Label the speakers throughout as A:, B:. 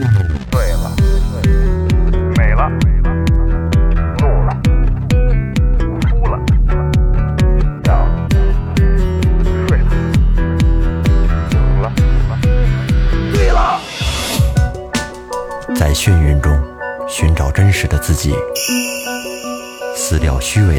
A: 睡了，美了，怒了，哭了，笑了，睡了，醒了。
B: 在眩晕中寻找真实的自己，撕掉虚伪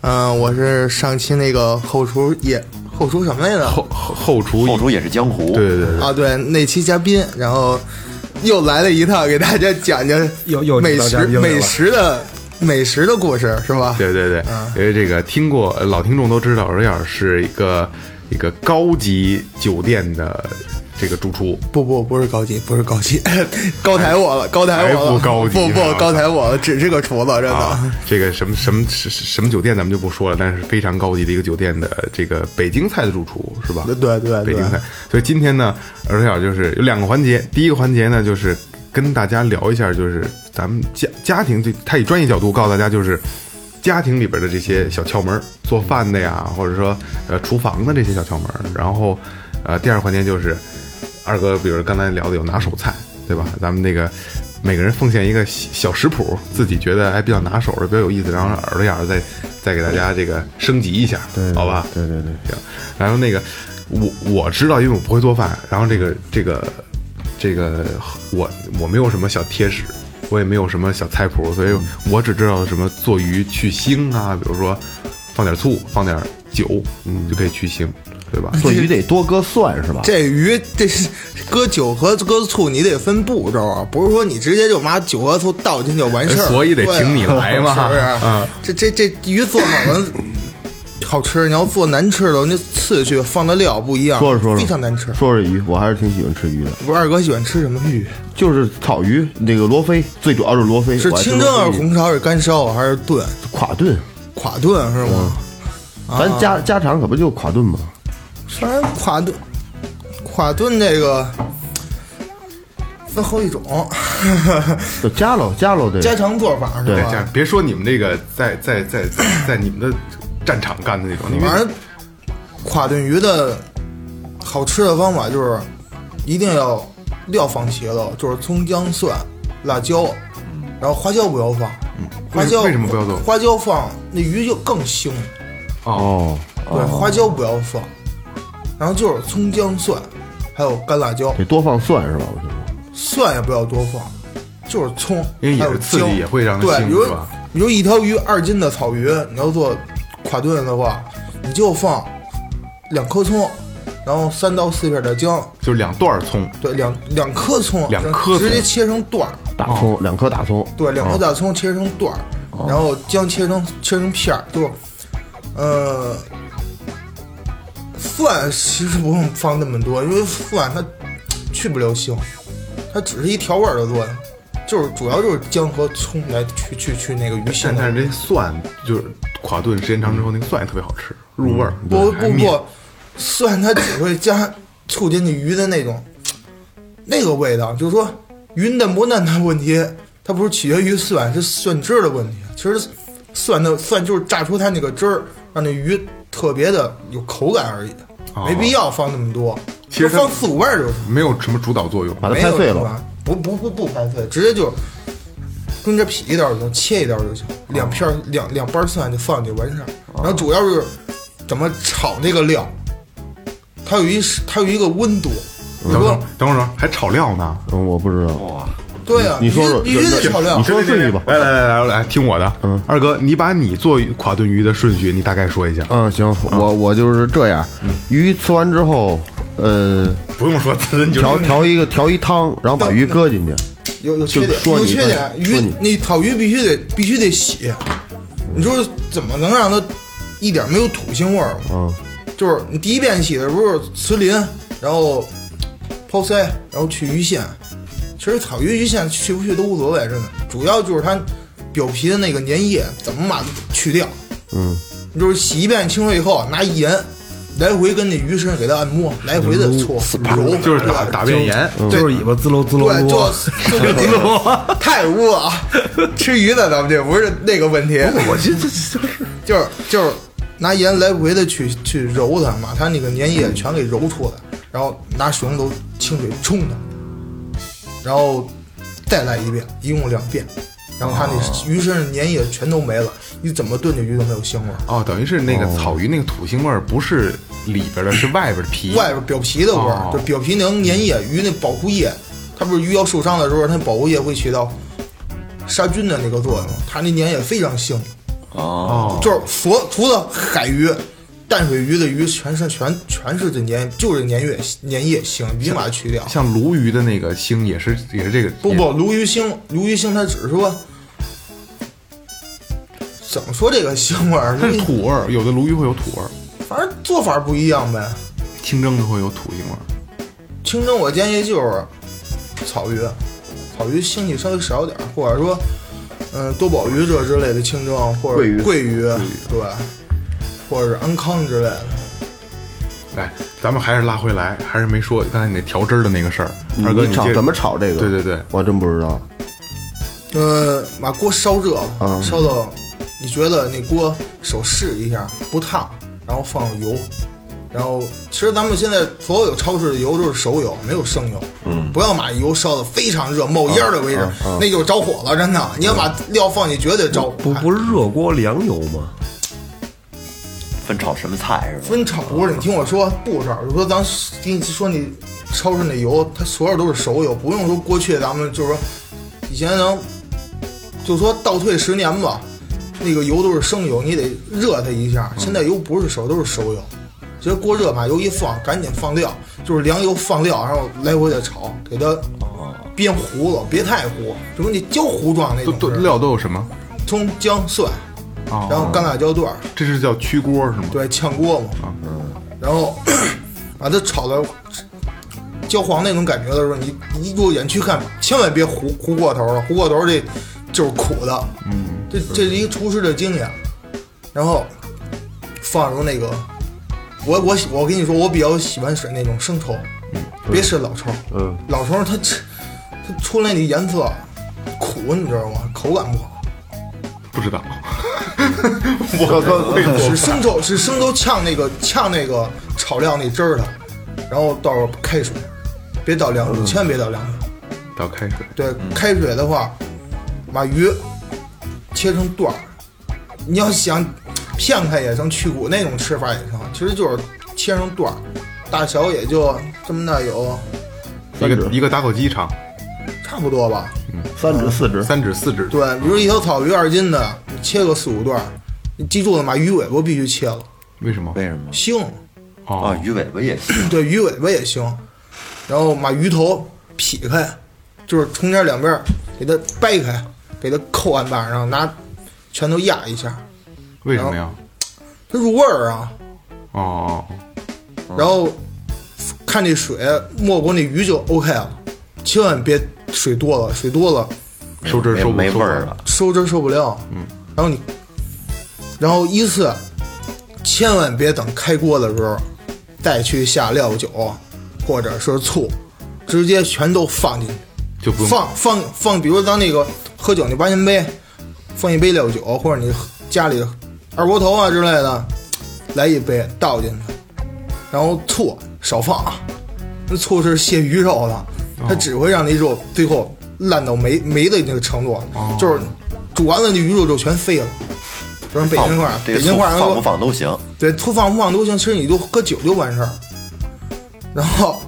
C: 嗯、我是上期那个后厨也后厨什么来着？
D: 后后后厨
E: 后厨也是江湖。
D: 对对对对
C: 啊，对，那期嘉宾，然后又来了一趟，给大家讲讲
F: 又又
C: 美
F: 当嘉
C: 食
F: 宾了
C: 美食的美食的故事是吧？
D: 对对对，因为这个听过呃老听众都知道，尔雅尔是一个一个高级酒店的这个主厨，
C: 不不不是高级，不是高级， 高抬我了，高抬我
D: 还
C: 了，
D: 不高级
C: 不不
D: 呢
C: 高抬我了，只是个厨子，真的。
D: 啊，这个什么什么什什么酒店咱们就不说了，但是非常高级的一个酒店的这个北京菜的主厨是吧？
C: 对对对
D: 北
C: 对
D: 京菜。所以今天呢，而小就是有两个环节，第一个环节呢就是跟大家聊一下，就是咱们家家庭这，他以专业角度告诉大家就是。家庭里边的这些小窍门儿，做饭的呀，或者说呃厨房的这些小窍门儿。然后，呃，第二个环节就是二哥，比如刚才聊的有拿手菜，对吧？咱们那个每个人奉献一个小小食谱，自己觉得还比较拿手的、比较有意思，然后耳朵眼儿再再给大家这个升级一下，好吧？对对对，行。然后那个我我知道，因为我不会做饭，然后这个这个这个我我没有什么小贴士。我也没有什么小菜谱，所以我只知道什么做鱼去腥啊，比如说放点醋，放点酒，嗯，就可以去腥，对吧？
G: 做鱼得多搁蒜是吧？
C: 这鱼这是搁酒和搁醋，你得分步骤啊，不是说你直接就把酒和醋倒进去就完事儿。
D: 哎所以得请你来嘛
C: 对啊
D: 嗯
C: 是不是？这这这鱼做好了好吃，你要做难吃的，那次序放的料不一样，
G: 说着说着
C: 非常难吃。
H: 说是鱼，我还是挺喜欢吃鱼的，
C: 不是二哥喜欢吃什么鱼？
H: 就是草鱼，那个罗非，最主要是罗非，
C: 是
H: 我爱吃
C: 清蒸
H: 罗
C: 还
H: 非
C: 是
H: 鱼
C: 红烧？还是干烧？还是炖？
H: 垮炖，
C: 垮炖是
D: 嗯
C: 吗？啊
H: 咱家家常可不就垮炖吗？
C: 当然垮炖，垮炖这个分好几种，
H: 就加喽加喽这
C: 家
H: 个，
C: 常做法是
D: 对，这
C: 吧
D: 样？别说你们这个在在在在在你们的战场干的那种，因
C: 反
D: 为
C: 正垮炖鱼的好吃的方法就是一定要料放齐了，就是葱姜蒜、辣椒，然后花椒不要放。花椒
D: 嗯为什么不要做
C: 花椒放那鱼就更腥。
D: 哦，
C: 对，花椒不要放，然后就是葱姜蒜，还有干辣椒，
H: 得多放蒜是吧？我觉得
C: 蒜也不要多放，就是葱，
D: 因为也
C: 还有
D: 是刺激
C: 姜
D: 也会让它啊腥
C: 对，比如
D: 是吧
C: 比如一条鱼二斤的草鱼，你要做垮炖的话，你就放两颗葱，然后三到四片的姜，
D: 就是两段葱，
C: 对，两两颗葱，
D: 两颗葱
C: 直接切成段儿，
H: 大葱两颗大葱，
C: 哦
H: 哦
C: 对，两颗大葱切成段儿，然后姜切成切成片儿，就是，呃，蒜其实不用放那么多，因为蒜它去不了腥，它只是一调味儿的作用，就是主要就是姜和葱来去去去那个鱼腥
D: 但
C: 的
D: 但是这蒜就是垮炖时间长之后，那个蒜也特别好吃，入味儿。
H: 嗯
C: 不
D: 还
C: 不
D: 面
C: 不，蒜它只会加促进你鱼的那种那个味道，就是说鱼嫩不嫩的问题，它不是取决于蒜，是蒜汁儿的问题。啊其实蒜的蒜就是榨出它那个汁儿，让那鱼特别的有口感而已，没必要放那么多，
D: 哦其实它
C: 放四五瓣儿就是。
D: 没有什么主导作用。
H: 把它
C: 没
H: 拍
C: 有
H: 碎
C: 什
H: 了，
C: 么，不不不不拍碎，直接就跟着劈一刀就行，切一刀就行，两片儿两两瓣蒜就放进去完事儿。
H: 哦
C: 然后主要是怎么炒那个料，它有一是它有一个温度，你
D: 等会
C: 说
D: 儿，等会儿，还炒料呢？
H: 嗯，我不知道。
C: 对啊，
H: 你说说
C: 必须必须得炒料
H: 你。说顺序吧
D: 来来来来来，听我的。嗯，二哥，你把你做垮炖鱼的顺序，你大概说一下。
H: 嗯，行，我我就是这样，
D: 嗯
H: 鱼吃完之后，呃，
D: 不用说，你就
H: 调调一个调一汤，然后把鱼搁进去，
C: 有有缺点，
H: 就说
C: 有
H: 你
C: 缺点，
H: 说
C: 鱼
H: 你
C: 你烤鱼必须得必须得洗，啊你说怎么能让它一点没有土腥味儿？
H: 嗯，
C: 就是你第一遍洗的时候慈鳞，然后抛腮，然后去鱼线。其实草鱼鱼线去不去都无所谓，真的，主要就是它表皮的那个粘液怎么把它去掉。嗯，就是洗一遍清水以后，拿盐来回跟那鱼身上给它按摩，来回的搓揉，
D: 就是打
C: 对
D: 打遍盐。
F: 就是尾巴滋溜滋溜啊
C: 对，
F: 多。
C: 就就那个太污了啊！吃鱼的咱们这不是那个问题，我这这就是就是拿盐来回的去去揉它嘛，它那个粘液全给揉出来，然后拿水龙头清水冲它，然后再来一遍，一共两遍，然后它那鱼身上粘液全都没了，你怎么炖这鱼都没有腥味儿，
D: 哦，等于是那个草鱼那个土腥味儿，不是里边的，是外边的皮。
C: 外边表皮的味儿
D: 哦，
C: 就表皮能粘液，鱼那保护液，它不是鱼要受伤的时候，它保护液会起到杀菌的那个作用，它那粘液非常腥。
D: 哦，
C: 就是所除了海鱼、淡水鱼的鱼，全是全全是这粘，就是粘液粘液腥，你立马去掉。
D: 像鲈鱼的那个腥也是也是这个。
C: 不不，，鲈鱼腥，鲈鱼腥它只是说。怎么说这个腥味儿？
D: 它是土味儿，有的鲈鱼会有土味儿，
C: 反正做法不一样呗。
D: 清蒸的会有土腥味儿。
C: 清蒸我建议就是草鱼，草鱼腥气稍微少点儿，或者说，嗯、多宝鱼这之类的清蒸，或者
H: 桂鱼
C: 桂鱼，对，或者是安康之类的。
D: 来，哎咱们还是拉回来，还是没说刚才你那调汁儿的那个事儿。二哥，
H: 你
D: 接
H: 炒
D: 着
H: 怎么？炒这个？
D: 对对啊对，
H: 我真不知道。
C: 呃，把锅烧热，
H: 嗯
C: 烧到你觉得那锅手试一下不烫，然后放油，然后其实咱们现在所有超市的油都是熟油，没有生油。嗯，不要把油烧的非常热冒烟儿的为止，那就着火了，真的。你要把料放进去，绝对着火。
F: 不不是热锅凉油吗？
E: 分炒什么菜是吧？
C: 分炒不是，你听我说步骤，就说咱给你说你超市那油，它所有都是熟油，不用说过去咱们就是说以前能，就说倒退十年吧，那个油都是生油，你得热它一下。现在油不是熟，都是熟油，直接锅热把油一放，赶紧放料，就是凉油放料，然后来回的炒，给它煸糊了，别太糊，就跟你焦糊状那
D: 都
C: 种
D: 都
C: 似的。
D: 料都有什么？
C: 葱姜蒜，
D: 哦
C: 然后干辣椒段儿。
D: 这是叫曲锅是吗？
C: 对，炝锅嘛，然后 把它炒到焦黄那种感觉的时候，你你入眼去看，千万别糊糊过头了，糊过头这就是苦的，嗯，这这是一个厨师的经验。然后放入那个，我我喜我跟你说，我比较喜欢使那种生抽，别使老抽，
H: 嗯，
C: 老抽它吃它出来那颜色苦，你知道吗？口感不好。
D: 不知道。
H: 哥哥，
C: 是生抽，是生抽呛那个呛那个炒料那汁儿的，然后倒开水，别倒凉水，千万别倒凉水。
D: 倒开水。
C: 对，开水的话，把鱼切成段儿。你要想片开也成，去骨那种吃法也成，其实就是切成段儿，大小也就这么大有，
D: 一个一个打火机长，
C: 差不多吧。
H: 三指四指，
D: 三指四指，
C: 对，比如一条草鱼二斤的，你切个四五段儿，你记住了吗？鱼尾巴必须切了，
D: 为什么？
E: 为什么？
C: 腥。
E: 啊，
D: 哦，
E: 鱼尾巴也行。
C: 对，鱼尾巴也行，然后把鱼头劈开，就是中间两边儿给它掰开，给它扣案板上，拿拳头压一下，
D: 为什么呀？
C: 它入味儿啊。
D: 哦哦，
C: 然后看这水没过那鱼就 OK 了，千万别水多了，水多了
D: 哦收汁儿
E: 没
D: 收不
E: 没
D: 收
E: 味儿
D: 不
E: 了，
C: 收汁儿受不了。嗯，然后你，然后依次千万别等开锅的时候再去下料酒或者是醋，直接全都放进去。
D: 就不用
C: 放放放，比如咱那个喝酒那八仙杯，放一杯料酒，或者你家里二锅头啊之类的，来一杯倒进去，然后醋少放啊，那醋是泄鱼肉的，
D: 哦
C: 它只会让那肉最后烂到没没的那个程度，
D: 哦
C: 就是煮完了那鱼肉就全飞了。就是北京话，
E: 这个
C: 北京
E: 醋
C: 话人
E: 放不
C: 说
E: 放都行，
C: 对，吐放不放都行，其实你就喝酒就完事儿。然后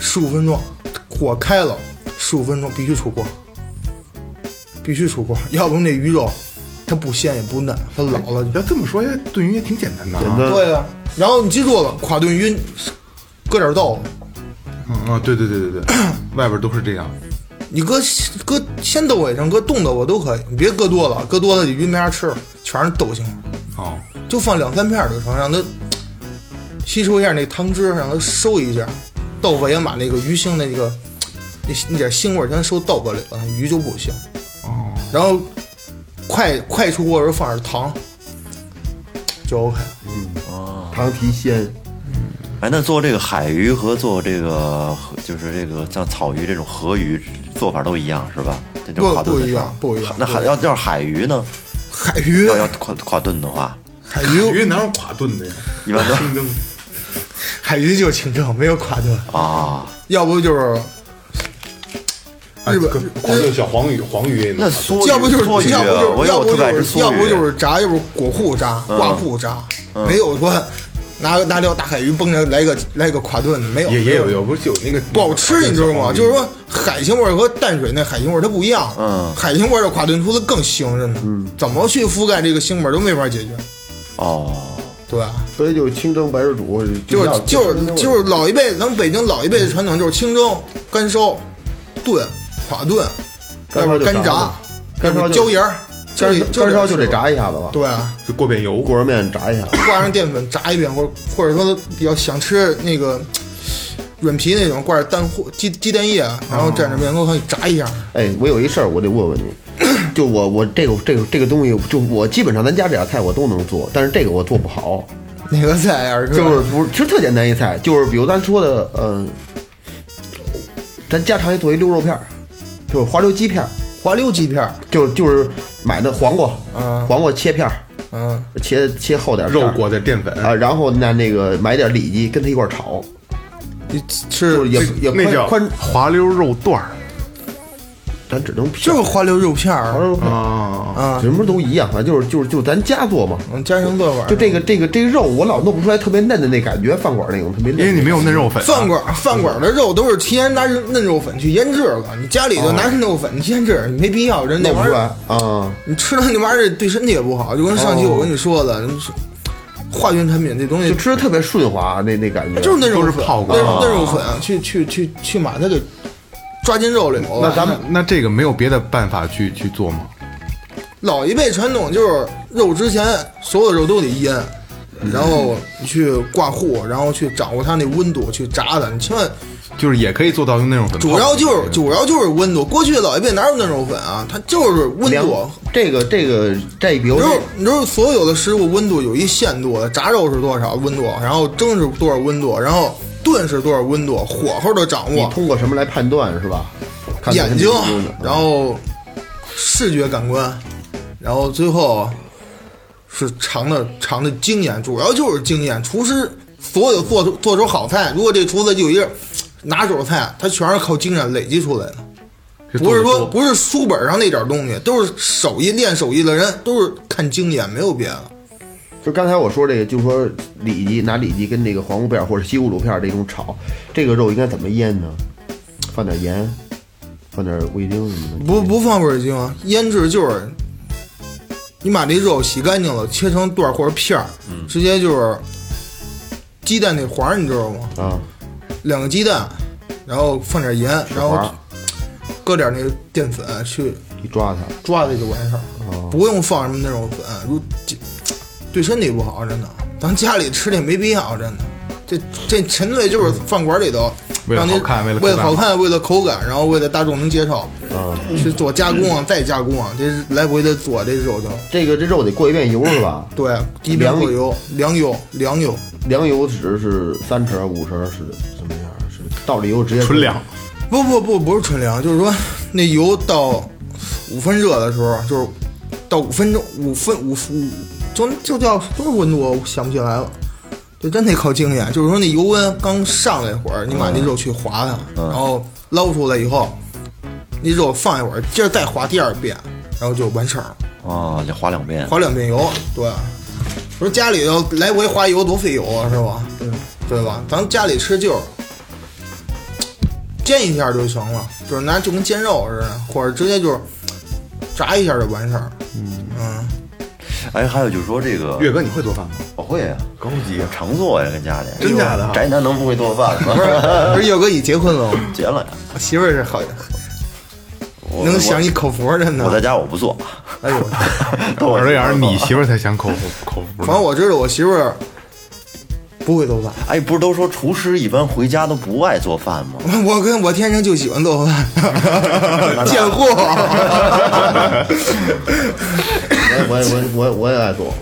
C: 十五分钟，火开了，十五分钟必须出锅，必须出锅，要不然那鱼肉它不鲜也不嫩，它老了就。
D: 要这么说，炖鱼也挺简单的啊。
C: 对啊，然后你记住了，垮炖鱼，搁点豆腐，
D: 嗯啊，对对对对对，外边都是这样。
C: 你搁搁鲜豆腐上，搁冻豆腐都可以，你别搁多了，搁多了这鱼没啥吃了，全是豆腥味儿。
D: 哦，
C: 就放两三片儿就成，让它吸收一下那汤汁，让它收一下。豆腐也把那个鱼腥的那个那那点腥味儿全收豆腐里了，鱼就不腥。哦。然后快快出锅的时候放点糖，就 OK 了。
H: 糖提鲜，
E: 哎，那做这个海鱼和做这个和就是这个像草鱼这种河鱼做法都一样是吧？这就
C: 不
E: 垮炖的
C: 不一
E: 时候
C: 样不一样
E: 那海
C: 不一
E: 要要是海鱼 呢？
C: 海鱼
E: 要，要垮垮炖的话，
C: 海鱼，
D: 鱼哪有垮炖的呀？啊
E: 一般都
D: 清蒸
C: 海鱼就是清蒸，没有垮炖，
E: 啊。
C: 要不就是
D: 哎
C: 日本
D: 狂炖小黄鱼，黄鱼也能
E: 那
D: 垮
E: 梭鱼
C: 要不就是
E: 梭鱼
C: 要
E: 啊，
C: 不就
E: 我
C: 是要
E: 有
C: 不
E: 特爱
C: 就
E: 吃
C: 是
E: 梭鱼，
C: 要不就是炸，要不果腹炸、挂铺炸，没有说拿拿条大海鱼崩着来一个来一个垮炖的，没有
D: 也也有有，不是有那嗯个
C: 不好吃，你知道吗？就是说海腥味儿和淡水那海腥味儿它不一样，
E: 嗯
C: 海腥味儿的垮炖出的更腥着呢，怎么去覆盖这个腥味儿都没法解决，
E: 哦，
C: 对吧？
H: 所以就清蒸白肉煮，
C: 就是
H: 要
C: 就是就是老一辈，咱们北京老一辈的传统就是清蒸、干烧、炖、垮炖，要
H: 干烧
C: 不
H: 就
C: 干
H: 炸
C: 炸
H: 了，干烧
C: 要不
H: 就
C: 椒盐儿，
H: 干
C: 就
H: 干烧就得
C: 这，
H: 炸一下子吧，
C: 对啊。
D: 就过遍油。
H: 过热面炸一下，
C: 挂上淀粉炸一遍，或者或者说比较想吃那个软皮那种，挂点蛋糊鸡鸡蛋液，啊
H: 哦
C: 然后蘸着面锅可以炸一下。
H: 哎，我有一事儿，我得问问你，就我我这个这个这个东西，就我基本上咱家这点菜我都能做，但是这个我做不好，
C: 哪个菜呀、
H: 就是不是其实特简单一菜，就是比如咱说的，嗯、咱家常也做一溜肉片儿，就是滑溜鸡片儿，
C: 滑溜鸡片儿，
H: 就是就是买的黄瓜，
C: 嗯
H: 黄瓜切片儿，
C: 嗯，
H: 切切厚点儿片
D: 肉
H: 儿
D: 裹在淀粉，
H: 啊，然后那那个买点里脊跟它一块儿炒，
C: 你
H: 就是
C: 吃
H: 也也
D: 那叫
H: 宽宽，
D: 滑溜肉段儿
H: 咱只能
C: 就是滑溜肉片
H: 滑
C: 儿
H: 溜片儿
D: 啊。
C: 啊，
H: 什么都一样，反正就是就是就咱家做嘛，
C: 嗯，家常做法。
H: 就这个这个这个肉，我老弄不出来特别嫩的那感觉，饭馆那种特别嫩。
D: 因为你没有嫩肉粉啊，
C: 饭馆饭馆的肉都是提前拿嫩肉粉去腌制了，你家里头拿嫩肉粉去腌制，你没必要，人那
H: 哦弄
C: 玩
H: 不出
C: 意
H: 来
C: 儿
H: 啊，
C: 你吃了那玩意儿对身体也不好，就跟上期我跟你说的，人说化学产品这东西
H: 哦就吃的特别顺滑，啊那那感觉
C: 就是那肉
D: 都是
C: 粉，
D: 泡过
C: 那
D: 的啊
C: 那肉粉啊去去去去把它给抓进肉里头啊了。
D: 那咱们那这个没有别的办法去去做吗？
C: 老一辈传统就是肉之前所有的肉都得腌，
D: 嗯
C: 然后你去挂糊，然后去掌握它那温度去炸它。你千万
D: 就是也可以做到用那种粉泡的。
C: 主要
D: 嗯
C: 就是主要就是温度。过去老一辈哪有那肉粉啊？它就是温
H: 凉
C: 度。啊
H: 这个这个这比如
C: 你知道你知道所有的食物温度有一限度的，炸肉是多少温度，然后蒸是多少温度，然后炖是多少温度，火候的掌
H: 你
C: 握。
H: 通过什么来判断是吧？看看
C: 眼睛
H: 它是不是的，
C: 然后视觉感官，然后最后是尝的尝的经验，主要就是经验。厨师所有做出做出好菜，如果这厨子就有一个拿手菜，他全是靠经验累积出来的，
D: 这做
C: 不是
D: 得
C: 说
D: 多
C: 不是书本上那点东西，都是手艺练手艺的人都是看经验，没有别的。
H: 就刚才我说这个，就是说里脊拿里脊跟那个黄瓜片儿或者西葫芦片儿这种炒，这个肉应该怎么腌呢？放点盐，放点味精什么的。
C: 不不放味儿精，腌制就是你把这肉洗干净了，切成段儿或者片儿，直接就是鸡蛋那黄儿，你知道吗？
H: 啊，
C: 两个鸡蛋，然后放点盐，然后
H: 黄
C: 搁点那个淀粉去
H: 一抓它，
C: 抓它就完事儿，
D: 哦
C: 不用放什么那呃种粉，如这对身体不好，真的。咱家里吃这没必要，真的。这这纯粹就是饭馆里头，
D: 嗯为了
C: 让你
D: 好看为了口
C: 为了
D: 感嗯
C: 好看，为了口感，然后为了大众能接受，是做加工啊，再加工啊，这是来回的做这肉就
H: 这个这肉得过一遍油是吧？
C: 对，一边
H: 凉
C: 过油，凉油，凉油，
H: 凉油只是三成、五成是什么样？是倒了油直接
D: 纯 凉，
C: 不不不，不是纯凉，就是说那油到五分热的时候，就是到五分钟五分五五就就叫多少温度，我想不起来了。这真得靠经验，就是说那油温刚上来一会儿，你把
E: 嗯
C: 那肉去划它，然后捞出来以后，那肉放一会儿，接着再划第二遍，然后就完事儿了，
E: 啊，得划两遍。
C: 划两遍油。对，说家里头来回划油多费油啊，是吧？对，对吧？咱家里吃就是煎一下就行了，就是拿就跟煎肉似的，或者直接就是炸一下就完事儿。嗯
E: 哎，还有就是说这个
D: 岳哥，你会做饭吗？
E: 我会啊，
D: 高级啊！
E: 常做呀，跟家里。
D: 真假的啊
E: 宅男能不会做饭吗？
C: 不是，耀哥，你结婚了吗？
E: 结了呀，
C: 我媳妇儿是好，
E: 我
C: 能享一口福真
E: 我我在
C: 的。
E: 家我不做，
C: 哎呦，
E: 都
D: 耳朵眼儿，
E: 媳妇
D: 你
E: 做
D: 媳妇儿才想口口福
C: 反正
D: 呢。
C: 我知道我媳妇儿不会做饭。
E: 哎，不是都说厨师一般回家都不爱做饭吗？
C: 我跟我天生就喜欢做 饭，贱货。
H: 我也我也我也我也我也爱做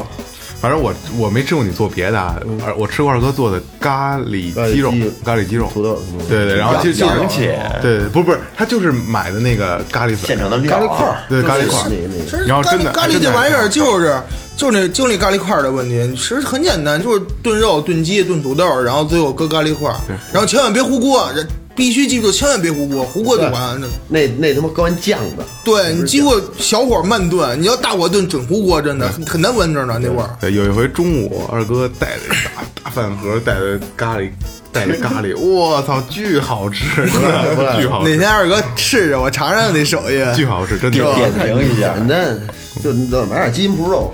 D: 反正我我没吃过你做别的，啊，而我吃过二哥做的咖喱鸡肉
H: 咖喱鸡，
D: 咖喱鸡肉，
H: 土豆，
D: 对对，然后就就是
E: 洋气
D: 对，不是不是，他就是买的那个咖喱粉
E: 现成的料啊
D: 咖喱块儿，对咖喱块儿，
H: 那那
C: 其实
D: 然后
C: 咖
D: 真
C: 喱
D: 的
C: 咖喱
D: 真的
C: 这玩意
D: 还
C: 儿
D: 是
C: 就是就那就那咖喱块儿的问题，其实很简单，就是炖肉、炖鸡、炖土豆，然后最后搁咖喱块儿，然后千万别糊锅，人必须记住千万别糊锅，糊锅就完了。
H: 那那他妈搁完酱的，
C: 对你经过小火慢炖，你要大火炖准糊锅，真的很很难闻着呢那味儿。
D: 对，有一回中午，二哥带着一大大饭盒，带着咖喱，带着咖 喱，我操，巨好吃，真的巨好
C: 哪
D: 吃，
C: 天二哥试试，我尝尝那手艺。
D: 巨好吃，真
E: 点
D: 的。
E: 点评一下，
H: 简单，就你知道买点鸡心脯肉，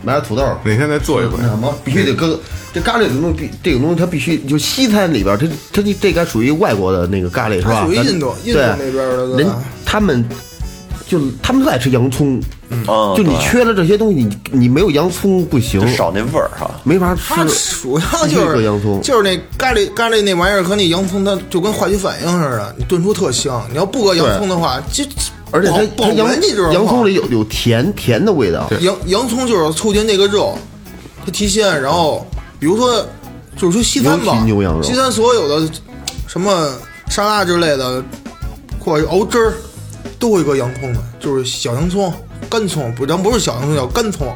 H: 买点土豆，
D: 哪天再做一回
H: 那，什么必须得搁这咖喱这种东西必这种东西它必须就西餐里边儿它它这这该属于外国的那个咖喱是吧？
C: 它属于
H: 咱
C: 印度印度
H: 对
C: 那边儿的对
H: 人
C: 吧
H: 他们就他们就爱吃洋葱，
E: 嗯，
H: 就你
E: 对
H: 缺了这些东西，你你没有洋葱不行
E: 就，少那味儿哈。
H: 没法吃
C: 它。主要
H: 必须
C: 就
H: 搁
C: 是
H: 洋葱
C: 就是那咖喱咖喱那玩意儿和那洋葱，它就跟化学反应似的，你炖出特香。你要不搁洋葱的话，就
H: 而且
C: 不
H: 它
C: 好不
H: 它
C: 好
H: 洋
C: 闻，你知道吗？
H: 洋葱里有有甜甜的味道，
C: 洋洋葱就是促进那个肉它提鲜，然后比如说就是说西餐
H: 尤
C: 吧，
H: 其牛羊肉
C: 西餐所有的什么沙拉之类的，或者熬汁儿，都会搁洋葱的，就是小洋葱、干葱，不，咱不是小洋葱，叫干葱。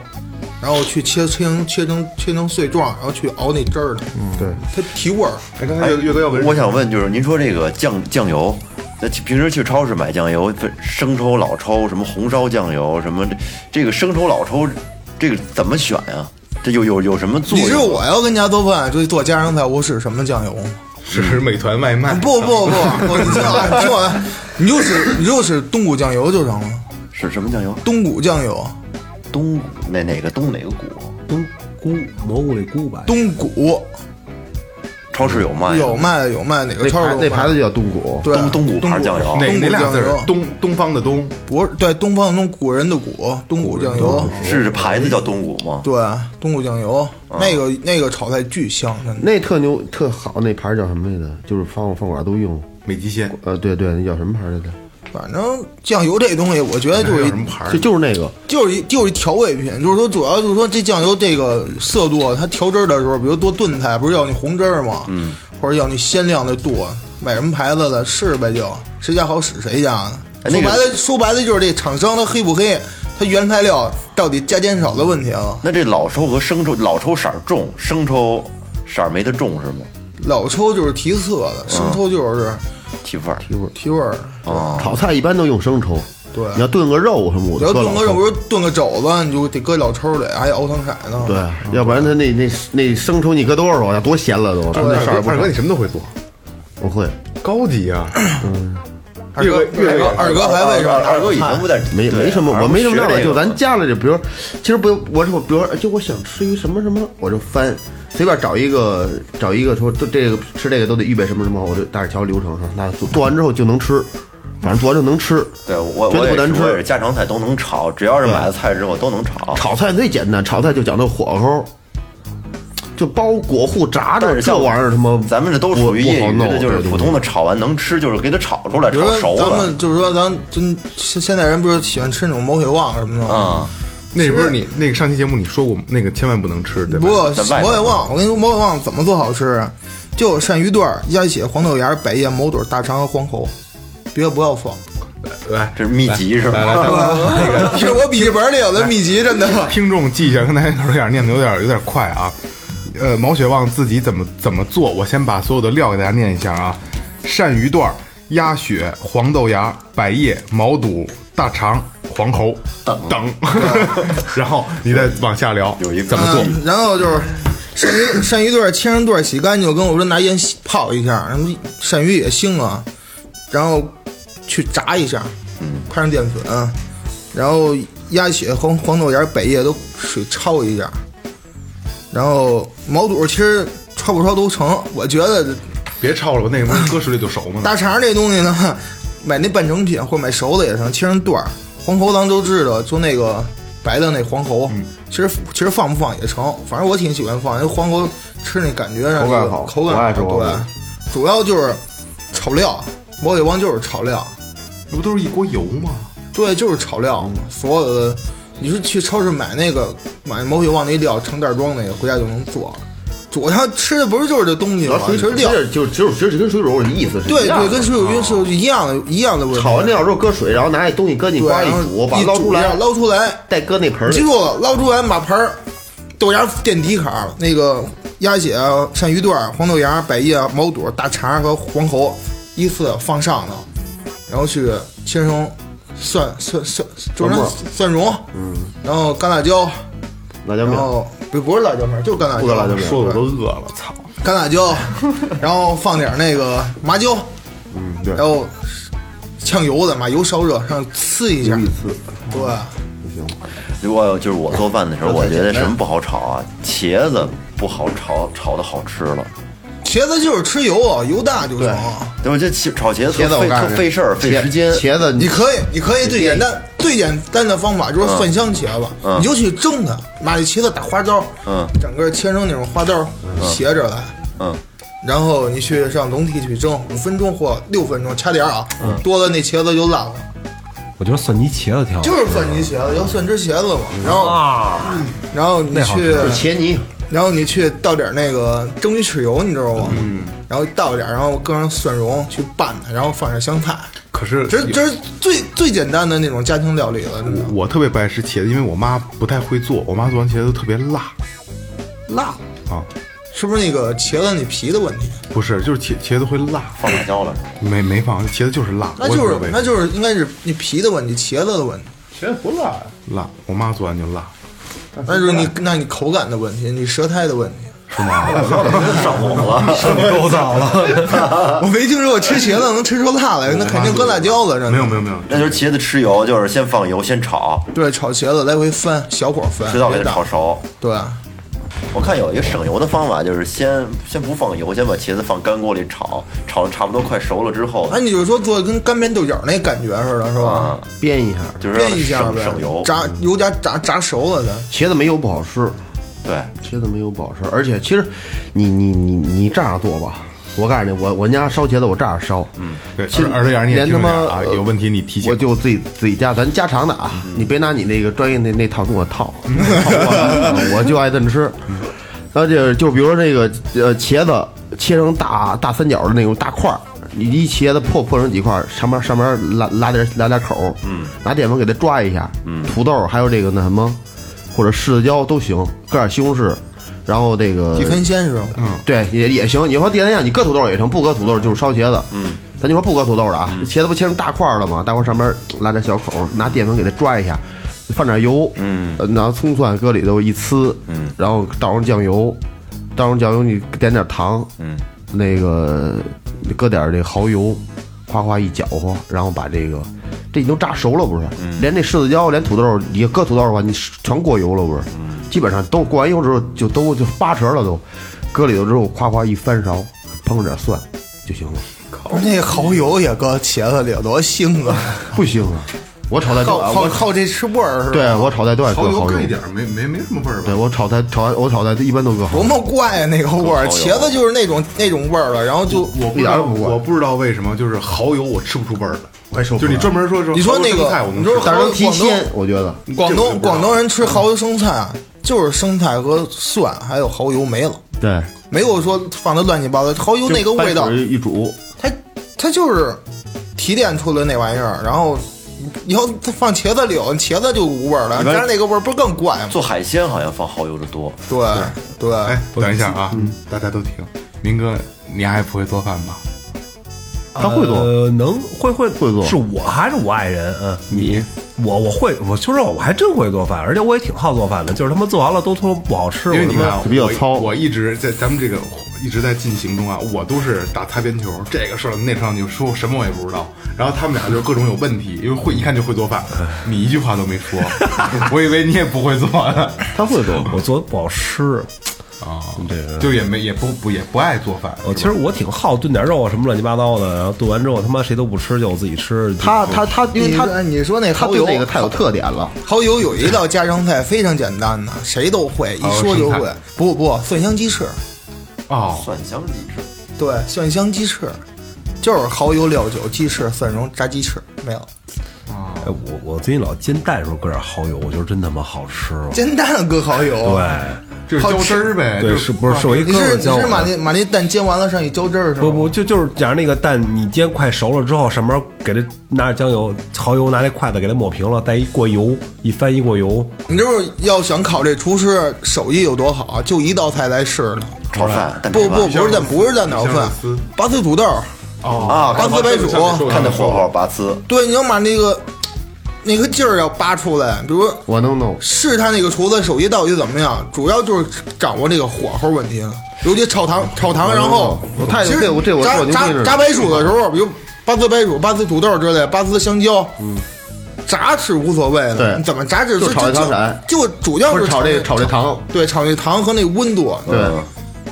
C: 然后去切切成切成切成碎状，然后去熬那汁儿的，
H: 嗯
C: 对，它提味儿。
D: 哎，刚才岳岳哥要问，
E: 我想问，就是您说这个酱酱油，那平时去超市买酱油，不是生抽、老抽，什么红烧酱油，什么这这个生抽、老抽，这个怎么选呀、这有有有什么作
C: 你
E: 用？
C: 知道我要跟家做饭，就做家常菜，我使什么酱油吗？
D: 吃美团外卖，
C: 不 不不，不你听啊，你听我啊，你就使你就使冬菇酱油就成了，
E: 是什么酱油？
C: 冬菇酱油。
E: 冬菇哪哪个冬哪个菇？
F: 冬菇蘑菇里菇吧，
C: 冬菇
E: 超市有卖？
C: 有。卖的有卖哪个
H: 那
C: 超市
H: 牌
C: 有卖
H: 那牌子就叫啊冬菇，
C: 对
E: 冬冬菇牌酱油
D: 哪
C: 冬
D: 哪
C: 菇
D: 俩
C: 酱
D: 字
C: 油
D: 儿？东东方的东，
C: 不是对东方那种古人的古冬菇酱油，
E: 是牌子叫冬菇吗？
C: 对冬菇酱油那个那个炒菜巨香，真的。
H: 那特牛特好，那牌儿叫什么来着？就是饭饭馆都用，
D: 美极鲜，
H: 呃，对对，那叫什么牌儿来着？
C: 反正酱油这东西，我觉得就
D: 还有
C: 是
D: 什么牌儿
H: 就？就是那个，
C: 就是一就是一调味品，就是说主要就是说这酱油这个色度，啊它调汁儿的时候，比如多炖菜，不是要那红汁儿吗？嗯，或者要那鲜亮的度，买什么牌子的试呗就，谁家好使谁家呢。
E: 哎那
C: 说
E: 个
C: 白了，说白了就是这厂商它黑不黑，它原材料到底加减少的问题啊。
E: 那这老抽和生抽，老抽色儿重，生抽色儿没它重是吗？
C: 老抽就是提色的，生抽就是
E: 啊提味儿。
C: 提味儿。
E: 哦，
H: 炒菜一般都用生抽，
C: 对
H: 你要炖个肉什么，我
C: 你要
H: 就搁
C: 炖
H: 老
C: 个肉，不
H: 抽。
C: 是炖个肘子，你就得搁老抽里，还得熬糖色呢。
H: 对，要不然他那那那生抽你搁多少啊？多咸了都。那
D: 二
H: 色儿
D: 哥，
H: 不
D: 二哥
H: 成
D: 你什么都会做，
H: 不会，
D: 高 级啊！
C: 二哥，
D: 越来越
C: 二哥还为什么拿
E: 二哥以前不在，
H: 没
E: 对
H: 没什么，
E: 二哥
H: 我没什么
E: 学
H: 料的，
E: 这个
H: 就咱家里这，比如，其实不用，我说，比如说，就我想吃一什么什么，我就翻，随便找一个找一个说，这这个吃这个都得预备什么什么，我就大概瞧流程上，那做做完之后就能吃，反正做完就能吃。
E: 对我
H: 绝
E: 我也
H: 对不难
E: 是我也是
H: 吃。
E: 家常菜都能炒，只要是买了菜之后都能炒。
H: 炒菜最简单，炒菜就讲究火候，就包裹糊炸
E: 但
H: 着
E: 是
H: 这
E: 像
H: 玩意儿，他妈
E: 咱们这都属于
H: 不不
E: 业
H: 好
E: 余
H: 弄
E: 的，就是
H: 这东
E: 普
H: 西
E: 通的炒完能吃，就是给它炒出来，
C: 比
E: 炒
C: 如说
E: 熟啊
C: 咱
E: 了
C: 们。就是说咱真现现在人不是喜欢吃那种毛血旺什么的吗？
E: 啊，
D: 那不是你那个上期节目你说过那个千万不能吃，对吧
C: 不？过
E: 在外啊
C: 毛
E: 边
C: 血旺，我跟你说毛血旺怎么做好吃啊？就鳝鱼段儿、鸭血、黄豆芽、百叶、毛肚、大肠和黄喉，别的不要放。
D: 来，
E: 这是秘籍是吧？
C: 是我笔记本里有的秘籍，真的。
D: 听众记一下，刚才有点念的有点有点快啊。呃，毛血旺自己怎么怎么做？我先把所有的料给大家念一下啊：鳝鱼段、鸭血、黄豆芽、百叶、毛肚、大肠、黄喉等 等，然后你再往下聊
E: 有一个
D: 怎么做。
C: 嗯，然后就是鳝鱼鳝鱼段儿切成段儿洗干净，我跟我说拿盐洗泡一下，然后鳝鱼也腥啊，然后去炸一下，嗯，拍上淀粉，然后鸭血、黄黄豆芽、百叶都水焯一下，然后毛肚其实焯不焯都成，我觉得
D: 别焯了吧，那个不是搁水里就熟吗？
C: 大肠这东西呢，买那半成品或者买熟的也成，切成段儿。黄喉咱们都知道，就那个白的那黄喉，
H: 嗯
C: 其实其实放不放也成，反正我挺喜欢放，因为黄喉吃那感觉上
H: 口感
C: 就
H: 好
C: 口
H: 我爱
C: 感
H: 吃黄喉
C: 对，主要就是炒料，毛血旺就是炒料，
D: 那不都是一锅油吗？
C: 对，就是炒
H: 嗯
C: 料，所有的你是去超市买那个买毛血旺那料成袋装的，回家就能做了。主要吃的不是就是这东西
H: 主要
C: 嘛，
H: 其
C: 其
H: 实
C: 实料，
H: 料就只有只是跟水煮肉的意思是
C: 对
H: 一样
C: 对，
H: 的
C: 跟水煮鱼是一样的，一样的味道。
H: 啊炒完料之后搁水，然后拿那东西搁进去
C: 对，
H: 刮一
C: 然后
H: 煮，把
C: 一
H: 它捞出
C: 一下
H: 来，
C: 捞出来，
H: 再搁那盆儿
C: 记
H: 里。
C: 住了，捞出来把盆儿豆芽垫底坎儿，那个鸭血、啊鳝鱼段、黄豆芽、百叶、啊毛肚、大肠和黄喉依次放上头，然后去切成蒜蒜蒜，就是
H: 蒜末
C: 蒜蓉，嗯，然后干辣椒，
H: 辣椒
C: 然
H: 面，
C: 后不不是辣椒面儿，就是干辣椒，
H: 不搁辣椒面，
D: 说的我都饿了，操！
C: 干辣椒，然后放点那个麻椒，嗯，
D: 对
C: 然后呛油的嘛，油烧热，上呲一下，对，
E: 如果就是我做饭的时 候，我觉得什么不好炒啊？茄子不好炒，炒的好吃了。
C: 茄子就是吃油啊，油大就成啊。
E: 对，我觉得茄炒茄子
H: 茄子
E: 特
H: 我
E: 费
H: 告诉
E: 特
H: 你
E: 费事儿，费时间。
H: 茄子
C: 你
H: 你
C: 可以，你可以最简单、最简单的方法就是蒜香茄子，
E: 嗯
C: 你就去蒸它，把这茄子打花刀，
E: 嗯
C: 整个切成那种花刀，斜着来，
E: 嗯，
C: 然后你去上笼屉去蒸五分钟或六分钟，掐点儿啊，多了那茄子就烂了。
F: 我觉得蒜泥茄子挺好吃
C: 就
F: 的，
C: 是蒜泥茄子，要蒜汁茄子嘛，然后
F: 啊，
C: 然后你去，
H: 茄泥，
C: 然后你去倒点那个蒸鱼豉油，你知道吗？嗯，然后倒点儿，然后搁上蒜蓉去拌它，然后放点香菜，
D: 可是
C: 这这是最最简单的那种家庭料理了，真的。
D: 我特别不爱吃茄子，因为我妈不太会做，我妈做完茄子都特别辣
C: 辣
D: 啊。
C: 是不是那个茄子那皮的问题？
D: 不是，就是茄茄子会辣，
E: 放辣椒了，
D: 没没放，茄子就是辣，
C: 那
D: 我也
C: 就
D: 不知
C: 是
D: 道为什么
C: 那就是应该是那皮的问题，茄子的问题，
D: 茄子不辣，辣，我妈做完就辣，
C: 那啊就是你那你口感的问题，你舌苔的问题。
E: 上火了。
F: 够早了，
C: 我没听说过吃茄子能吃出辣来，那肯定搁辣椒了，真的
D: 没有没有没有，
E: 那就是茄子吃油，就是先放油，先炒，
C: 对，炒茄子来回翻，小火翻，
E: 直到给
C: 别
E: 它
C: 大
E: 炒熟。
C: 对，
E: 我看有一个省油的方法，就是先先不放油，先把茄子放干锅里炒，炒的差不多快熟了之后
C: 那，哎你就是说做跟干煸豆角那感觉似的，是吧
E: 啊？，
H: 煸一下。
E: 就是让
C: 煸
E: 它
C: 一下
E: 省
C: 呗
E: 省油，。
C: 炸油加炸炸熟了的，
H: 茄子没油不好吃，
E: 对，
H: 茄子没油不好吃，而且其实你你你你这样做吧，我告诉你，我我家烧茄子我这样烧，嗯，
D: 对，
H: 其实
D: 儿子牙你也
H: 连
D: 听
H: 他
D: 着
H: 妈
D: 点啊，有问题你提
H: 我
D: 醒。嗯
H: 就自己自己家咱家常的啊，你别拿你那个专业那那套跟我套， 套不完我就爱这么吃。
D: 嗯
H: 然后就是就比如说这个呃茄子切成大大三角的那种大块儿，你一茄子破破成几块儿，上面上面拉拉点拉点口儿，
D: 嗯
H: 拿淀粉给它抓一下，土豆还有这个那什么，或者柿子椒都行，搁点西红柿，然后这个
C: 地摊鲜是吧？
D: 嗯
H: 对，也也行。你说地摊酱，你搁土豆也成，不搁土豆就是烧茄子。嗯，咱就说不搁土豆了啊，茄子不切成大块儿了吗？大块儿上边儿拉点小口儿，拿淀粉给它抓一下，放点油，嗯，拿葱蒜搁里头一呲，嗯，然后倒上酱油，倒上酱油你点点糖，嗯，那个你搁点这蚝油，哗哗一搅和，然后把这个。这已经炸熟了，不是？连那柿子椒，连土豆，你搁土豆的话，你全过油了，不是？基本上都过完油之后，就都就八成了都。搁里头之后，夸夸一翻勺，烹上点蒜就行了。
C: 不是那蚝油也搁茄子里，多腥啊！
H: 不行啊，我炒菜就
C: 靠
H: 啊
C: 靠
H: 我
C: 靠这吃味儿是吧？
H: 对我炒菜都爱搁
D: 蚝油
H: 蚝
D: 搁一
H: 油，
D: 点儿，没没没什么味儿吧
H: 对？我炒菜炒我炒菜一般都搁蚝
C: 多
H: 油。
C: 么怪啊那个味儿，
E: 靠
C: 茄子就是那种那种味儿了，然后就
D: 我不
H: 一
D: 知
H: 点
D: 道，
H: 儿都不怪
D: 我不知道为什么，就是蚝油我吃不出味儿来，
H: 我也受不
D: 就
H: 了
D: 是你专门说说
C: 你说
D: 蚝油
C: 那个
D: 生菜，我能
C: 你说
D: 吃
C: 但
H: 但
C: 是
H: 是
C: 能
H: 能
C: 提
H: 提
C: 鲜
H: 鲜，我觉得
C: 广东
D: 这我就不知道
C: 广东人吃蚝油生菜啊，就是生菜和蒜还有蚝油没了，
H: 对，
C: 没有说放的乱七八糟，蚝油那个味道
H: 就白，水一煮，
C: 它它就是提炼出来那玩意儿，然后以后它放茄子柳，茄子就无味儿了，
E: 一般
C: 加上那个味儿不是更怪吗？
E: 做海鲜好像放蚝油的多，
C: 对对，
D: 哎，等一下啊，大家都停，明哥，你还不会做饭吧？
H: 他会做
F: 呃，能会会
H: 会做
F: 是我还是我爱人？嗯，
H: 你
F: 我我会，我说实话，我还真会做饭，而且我也挺好做饭的，就是他妈做完了都他妈不好吃，
D: 因为你
F: 我
D: 看
F: 他妈
D: 啊，
H: 就比较
D: 我
H: 糙
D: 我一直在咱们这个一直在进行中啊，我都是打擦边球，这个事儿那事儿你说什么我也不知道。然后他们俩就是各种有问题，因为会一看就会 做饭，你一句话都没说，我以为你也不会做呢，
H: 他会做，
F: 我做的不好吃。
D: 就也没也不不也不爱做饭。
F: 我其实我挺好炖点肉啊，什么乱七八糟的，然后炖完之后他妈谁都不吃，就我自己吃。
H: 他他他，因为
C: 你
H: 他
C: 说你说那
H: 他
C: 蚝
H: 对
C: 油
H: 那个太有特点了，
C: 蚝油有一道家常菜非常简单的，谁都会，一
D: 蚝
C: 说
D: 油
C: 就
D: 生
C: 会
D: 菜。
C: 不不，蒜香鸡翅，
D: 哦，
E: 蒜香鸡翅。
C: 对，蒜香鸡翅，就是蚝油、料酒、鸡翅、蒜蓉、炸鸡翅，没有
F: 哎，我我最近老煎蛋的时候搁点蚝油，我觉得真他妈好吃了。
C: 煎蛋搁蚝油。
F: 对
D: 就是浇汁儿呗，哎就
F: 对，是不是是我一哥
C: 你
F: 们
C: 是
F: 儿
C: 你
F: 教我
C: 是
F: 的
C: 把那把那蛋煎完了上去浇汁儿是吗？
F: 不不，就就是假如那个蛋你煎快熟了之后，上面给它拿着酱油、蚝油，拿那筷子给它抹平了，再一过油，一翻一过油，
C: 你就是要想考这厨师手艺有多好，啊就一道菜来试呢。
E: 炒饭，蛋
C: 不
E: 炒
C: 不
E: 饭
C: 不是蛋不是蛋炒
D: 香
C: 饭
D: 肉丝，
C: 拔丝土豆。
D: 哦
E: 啊，
C: 拔丝白薯
E: 看那火候拔丝，
C: 对，你要把那个那个劲儿要扒出来，比如
H: 我能弄。
C: 试探那个厨子手艺到底怎么样，主要就是掌握这个火候问题了。尤其炒糖炒糖，然后
H: 嗯我太
C: 其实
H: 这我这我
C: 炸
H: 我牛逼
C: 炸
H: 着呢
C: 炸白薯的时候，比如拔丝白薯、拔丝土豆之类的，拔丝香蕉，嗯，炸是无所谓的，
H: 对
C: 你怎么炸只
H: 就炒一糖色
C: 就主要
H: 不
C: 是
H: 是炒这
C: 这
H: 炒这糖，
C: 对，炒那糖和那温度，
H: 对，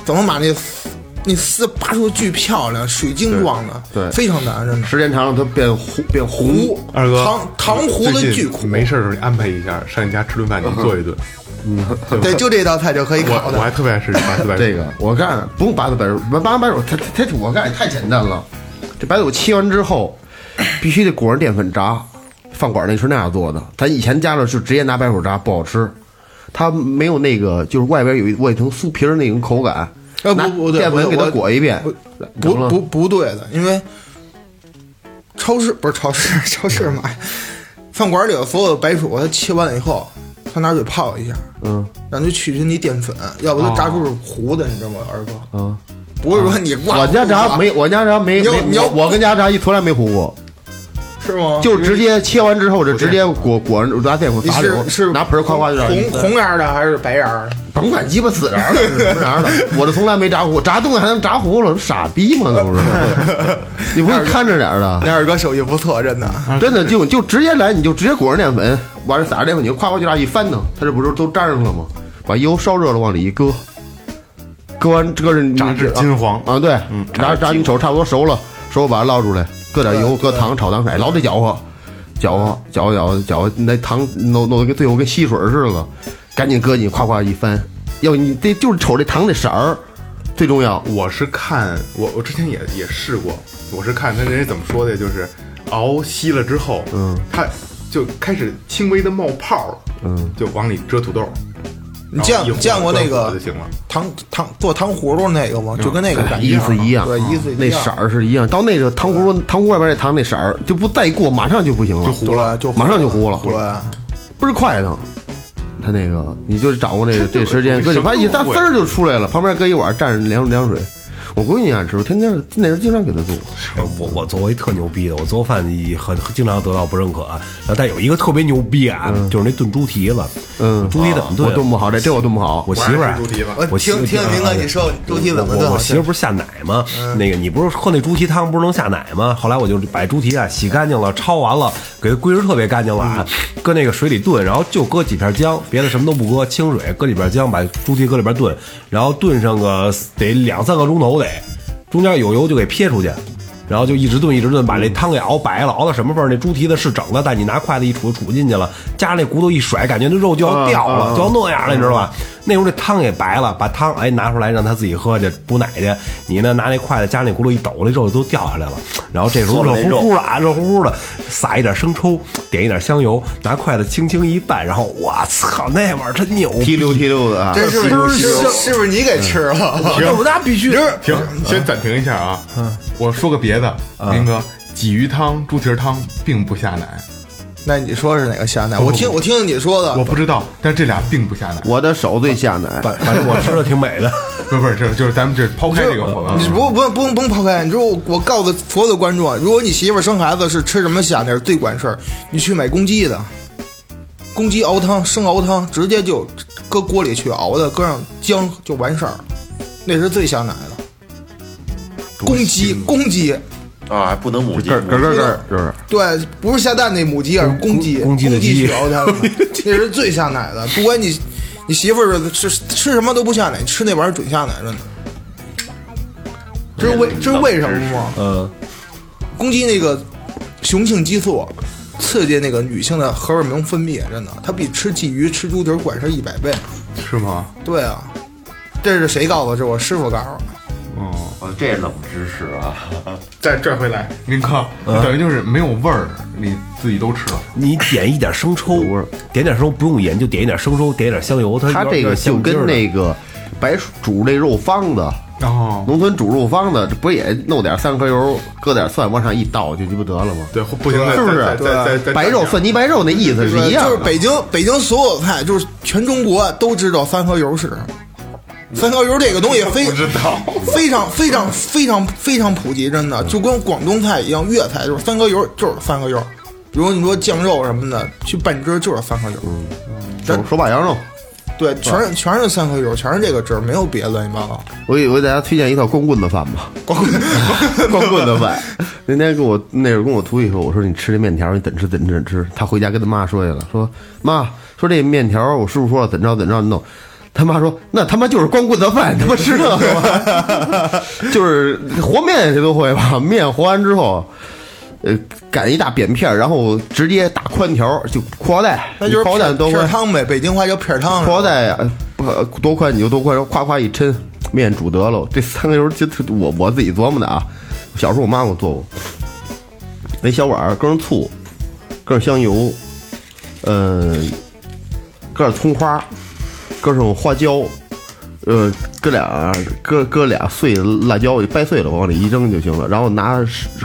C: 怎么把那丝那丝扒出巨漂亮，水晶状的，
H: 对对
C: 非常难，真的。
H: 时间长了它变糊变
C: 糊
H: 糊，
D: 二哥
C: 糖糖糊的
D: 最
C: 巨
D: 近
C: 苦，
D: 没事儿的时候你安排一下，上你家吃顿饭，你做一顿。
C: 对，就这道菜就可以
D: 嗯我
C: 烤
D: 我
C: 的。
D: 还特别爱吃拔丝白薯，
H: 这个我干不用八字白肉，八八白肉它它它我干也太简单了。这白豆切完之后，必须得裹上淀粉炸。饭馆那是那样做的，咱以前家里是直接拿白手炸，不好吃。它没有那个，就是外边有一外层酥皮儿那种口感。
C: 呃
H: 拿
C: 不不对
H: 淀
C: 不对
H: 粉给它
C: 我
H: 裹一遍，
C: 不
H: 成了
C: 不不对的，因为超市不是超市， 超市买饭馆里的所有的白薯，它切完了以后，他拿水泡一下，嗯，让它去去那淀粉，要不它炸出是糊的，你知道吗，二哥？
H: 嗯，
C: 不是说你挂
H: 我家炸没，我家炸没，
C: 你要
H: 没
C: 你要哦
H: 我我跟家炸一从来没糊过，
C: 是吗？
H: 就是直接切完之后就直接裹裹上拿淀粉
C: 你
H: 打
C: 是
H: 流，
C: 是
H: 拿盆儿夸夸就让人
C: 红红红瓤的还是白瓤的？
H: 甭管鸡巴死瓤儿了，什么瓤儿了，我这从来没炸糊，炸东西还能炸糊了，傻逼吗？那不是？你不是看着点儿的，
C: 那二哥手艺不错，真的。
H: 真的就就直接来，你就直接裹上淀粉，完了撒上淀粉，你就夸夸就炸一翻腾，它这不是都粘上了吗？把油烧热了往里一搁，搁完搁着你
D: 炸至金黄嗯
H: 啊，对，炸炸你手差不多熟了，熟把它捞出来，搁点油，搁糖炒糖色，老得搅和，搅和搅和搅和搅和，那糖弄弄得跟最后跟吸水似的，赶紧搁进去，夸夸一翻，要不你这就是瞅这糖的色儿最重要，
D: 我是看我我之前也也试过，我是看他人家怎么说的，就是熬稀了之后，嗯，它就开始轻微的冒泡了，嗯，就往里遮土豆。
C: 你见
D: 然后一会儿
C: 见过那
D: 端
C: 个
D: 火就行了。
C: 糖糖做糖葫芦那个吗？就跟那个感觉
H: 意思一样，
C: 对，意思
H: 那
C: 一样
H: 色儿是一样。到那个糖葫芦，糖葫芦外边那糖那色儿就不再过，马上就不行了，
C: 对，就
H: 马上就糊了，
C: 对，
H: 倍儿快的。他那个，你就掌握这个这时间，
D: 这
H: 搁
D: 就
H: 你发现一
D: 什么
H: 大
D: 都
H: 丝
D: 会
H: 儿就出来了，旁边搁一碗蘸着凉凉水。我闺女啊爱吃，我天天那时候经常给她做。
F: 哎我我做过一特牛逼的，我做饭也很经常得到不认可啊。然后但有一个特别牛逼啊，就是那炖猪蹄子，
H: 嗯，
F: 猪蹄怎么炖？
H: 我炖不好，这这我炖不好。
F: 啊我媳妇儿啊
D: 我爱吃猪蹄子
C: 我
F: 我媳妇
C: 听
F: 儿
C: 听明哥你说猪蹄怎么炖
F: 我我媳妇儿不是下奶吗？那个你不是喝那猪蹄汤不是能下奶吗？后来我就把猪蹄啊洗干净了，焯完了，给它归置特别干净了啊，搁那个水里炖，然后就搁几片姜，别的什么都不搁，清水搁里边姜，把猪蹄搁里边炖，然后炖上个得两三个钟头得，中间有油就给撇出去。然后就一直炖一直炖，把那汤给熬白了，熬到什么份儿？那猪蹄子是整的，但你拿筷子一杵杵进去了，加上那骨头一甩，感觉那肉就要掉了，
H: 哦
F: 就要啊那样了，你知道吧？那时候这汤也白了，把汤哎拿出来让他自己喝去补奶去，你呢拿那筷子加上那骨头一抖，那肉就都掉下来了。然后这时候
E: 嗦
F: 热
E: 了那
F: 乎乎的啊，热乎乎的，撒一点生抽，点一点香油，拿筷子轻轻一拌，然后我操，那味儿真牛逼！
H: 提溜提溜的啊，
I: 这是
F: 不
I: 不
F: 是
I: 是
F: 香
I: 是不是你给吃 了？
F: 我们家必须
D: 停，先暂停一下啊。我说个别的，林哥，鲫鱼汤、猪蹄儿汤并不下奶，
I: 那你说是哪个下奶？
C: 我听我听听你说的，
D: 我不知道，但这俩并不下奶。
H: 我的手最下奶，
F: 反反正我吃的挺美的，
D: 不是不是，这就是咱们这抛开这个火了
C: 你。不不用不用不用抛开，你说我我告诉所有的观众啊，如果你媳妇儿生孩子是吃什么虾，那是最管事儿。你去买公鸡的，公鸡熬汤，生熬汤，直接就搁锅里去熬的，搁上姜就完事儿，那是最下奶的。
I: 啊
C: 公鸡公鸡，
E: 啊，还不能母鸡，
H: 咯咯咯咯咯，
C: 对，不是下蛋那母鸡，而是公鸡，
F: 公公
C: 公
F: 鸡的鸡
C: 去熬汤的， 那是最下奶的。不管你你媳妇儿吃吃什么都不下奶，吃那玩意儿准下奶着呢。这是为这是为什么吗？
F: 嗯，
C: 攻击那个雄性激素，刺激那个女性的荷尔蒙分泌，真的，它比吃鲫鱼、吃猪蹄儿管事儿一百倍。
D: 是吗？
C: 对啊，这是谁告诉我？这是我师傅告诉我的。
D: 哦，
E: 哦，这冷知识啊，
D: 再拽回来，林哥，
H: 嗯
D: 等于就是没有味儿，你自己都吃了。
F: 你点一点生抽，点点生抽不用盐，就点一点生抽，点一点香油，它
H: 它
F: 有
H: 这
F: 点
H: 个就
F: 香劲儿
H: 跟
F: 的
H: 那个白煮那肉方子，
D: 哦，
H: 农村煮肉方子，这不也弄点三颗油，搁点蒜往上一倒就鸡巴得了吗？
D: 对，不行，
H: 是不
D: 再再再再再
H: 是？白肉蒜泥白肉那意思是一样
C: 就是
H: 的。
C: 北京北京所有菜，就是全中国都知道三合油是什么。三合油这个东西非知道，非常非常非常非常普及，真的
H: 嗯
C: 就跟广东菜一样，粤菜就是三合油，就是三合油。比如你说酱肉什么的，去半汁儿就是三合油。
H: 嗯手手把羊肉，
C: 对，
H: 嗯
C: 全是全是三合油，全是这个汁儿，没有别的乱七八糟。
H: 我给我给大家推荐一套光棍子饭吧，光棍 光棍子饭。那天跟我那会儿跟我徒弟说，我说你吃这面条，你怎吃怎怎吃。他回家跟他妈说去了，说妈说这面条我师傅说了怎着怎着弄。他妈说：“那他妈就是光棍子饭，他妈吃那个吗？ 就是和面谁都会吧？面和完之后，呃，擀一大扁片儿，然后直接打宽条儿，就裤腰带，
C: 那就是
H: 裤腰带
C: 片
H: 都会
C: 片儿汤呗，北京话叫片儿汤。
H: 裤腰带啊，呃不多宽你就多宽，然后夸夸一抻，面煮得了。这三个油就我我自己琢磨的啊。小时候我妈给我做过，那小碗儿搁上醋，搁上香油，呃，搁点葱花，搁上花椒，呃，搁俩搁搁俩碎辣椒，掰碎了往里一扔就行了。然后拿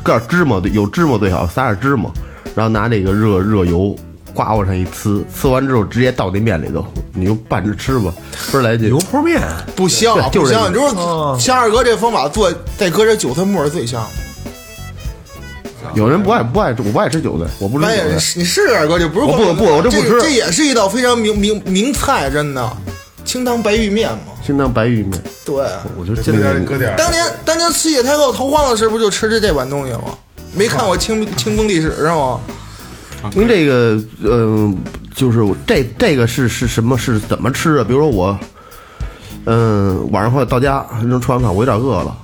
H: 搁点芝麻，有芝麻最好，撒点芝麻，然后拿这个热热油。呱往上一呲，呲完之后直接倒那面里头，你就拌着吃吧，倍儿来劲
F: 油。泼面，
C: 不香啊，
H: 对就
C: 不
H: 是嗯
C: 香。你
H: 这
C: 就是像二哥这方法做，再搁点韭菜末儿最香。
H: 有人不爱不爱，我不爱吃韭菜，我不吃
C: 哎呀，
H: 韭
C: 你
H: 菜。
C: 试你试试二哥，这不是
H: 我不
C: 光
H: 不我这不吃
C: 这也是一道非常名名名菜，真的，清汤白玉面嘛。
H: 清汤白玉面，
C: 对，
H: 我觉得真的
D: 搁点儿
C: 当年当年慈禧太后投荒的时候，不就吃这这碗东西吗？没看过清清宫历史是吗？
H: 因为这个，嗯、就是我这这个是是什么？是怎么吃啊？比如说我，嗯、晚上或者到家，正吃完饭，我有点饿了，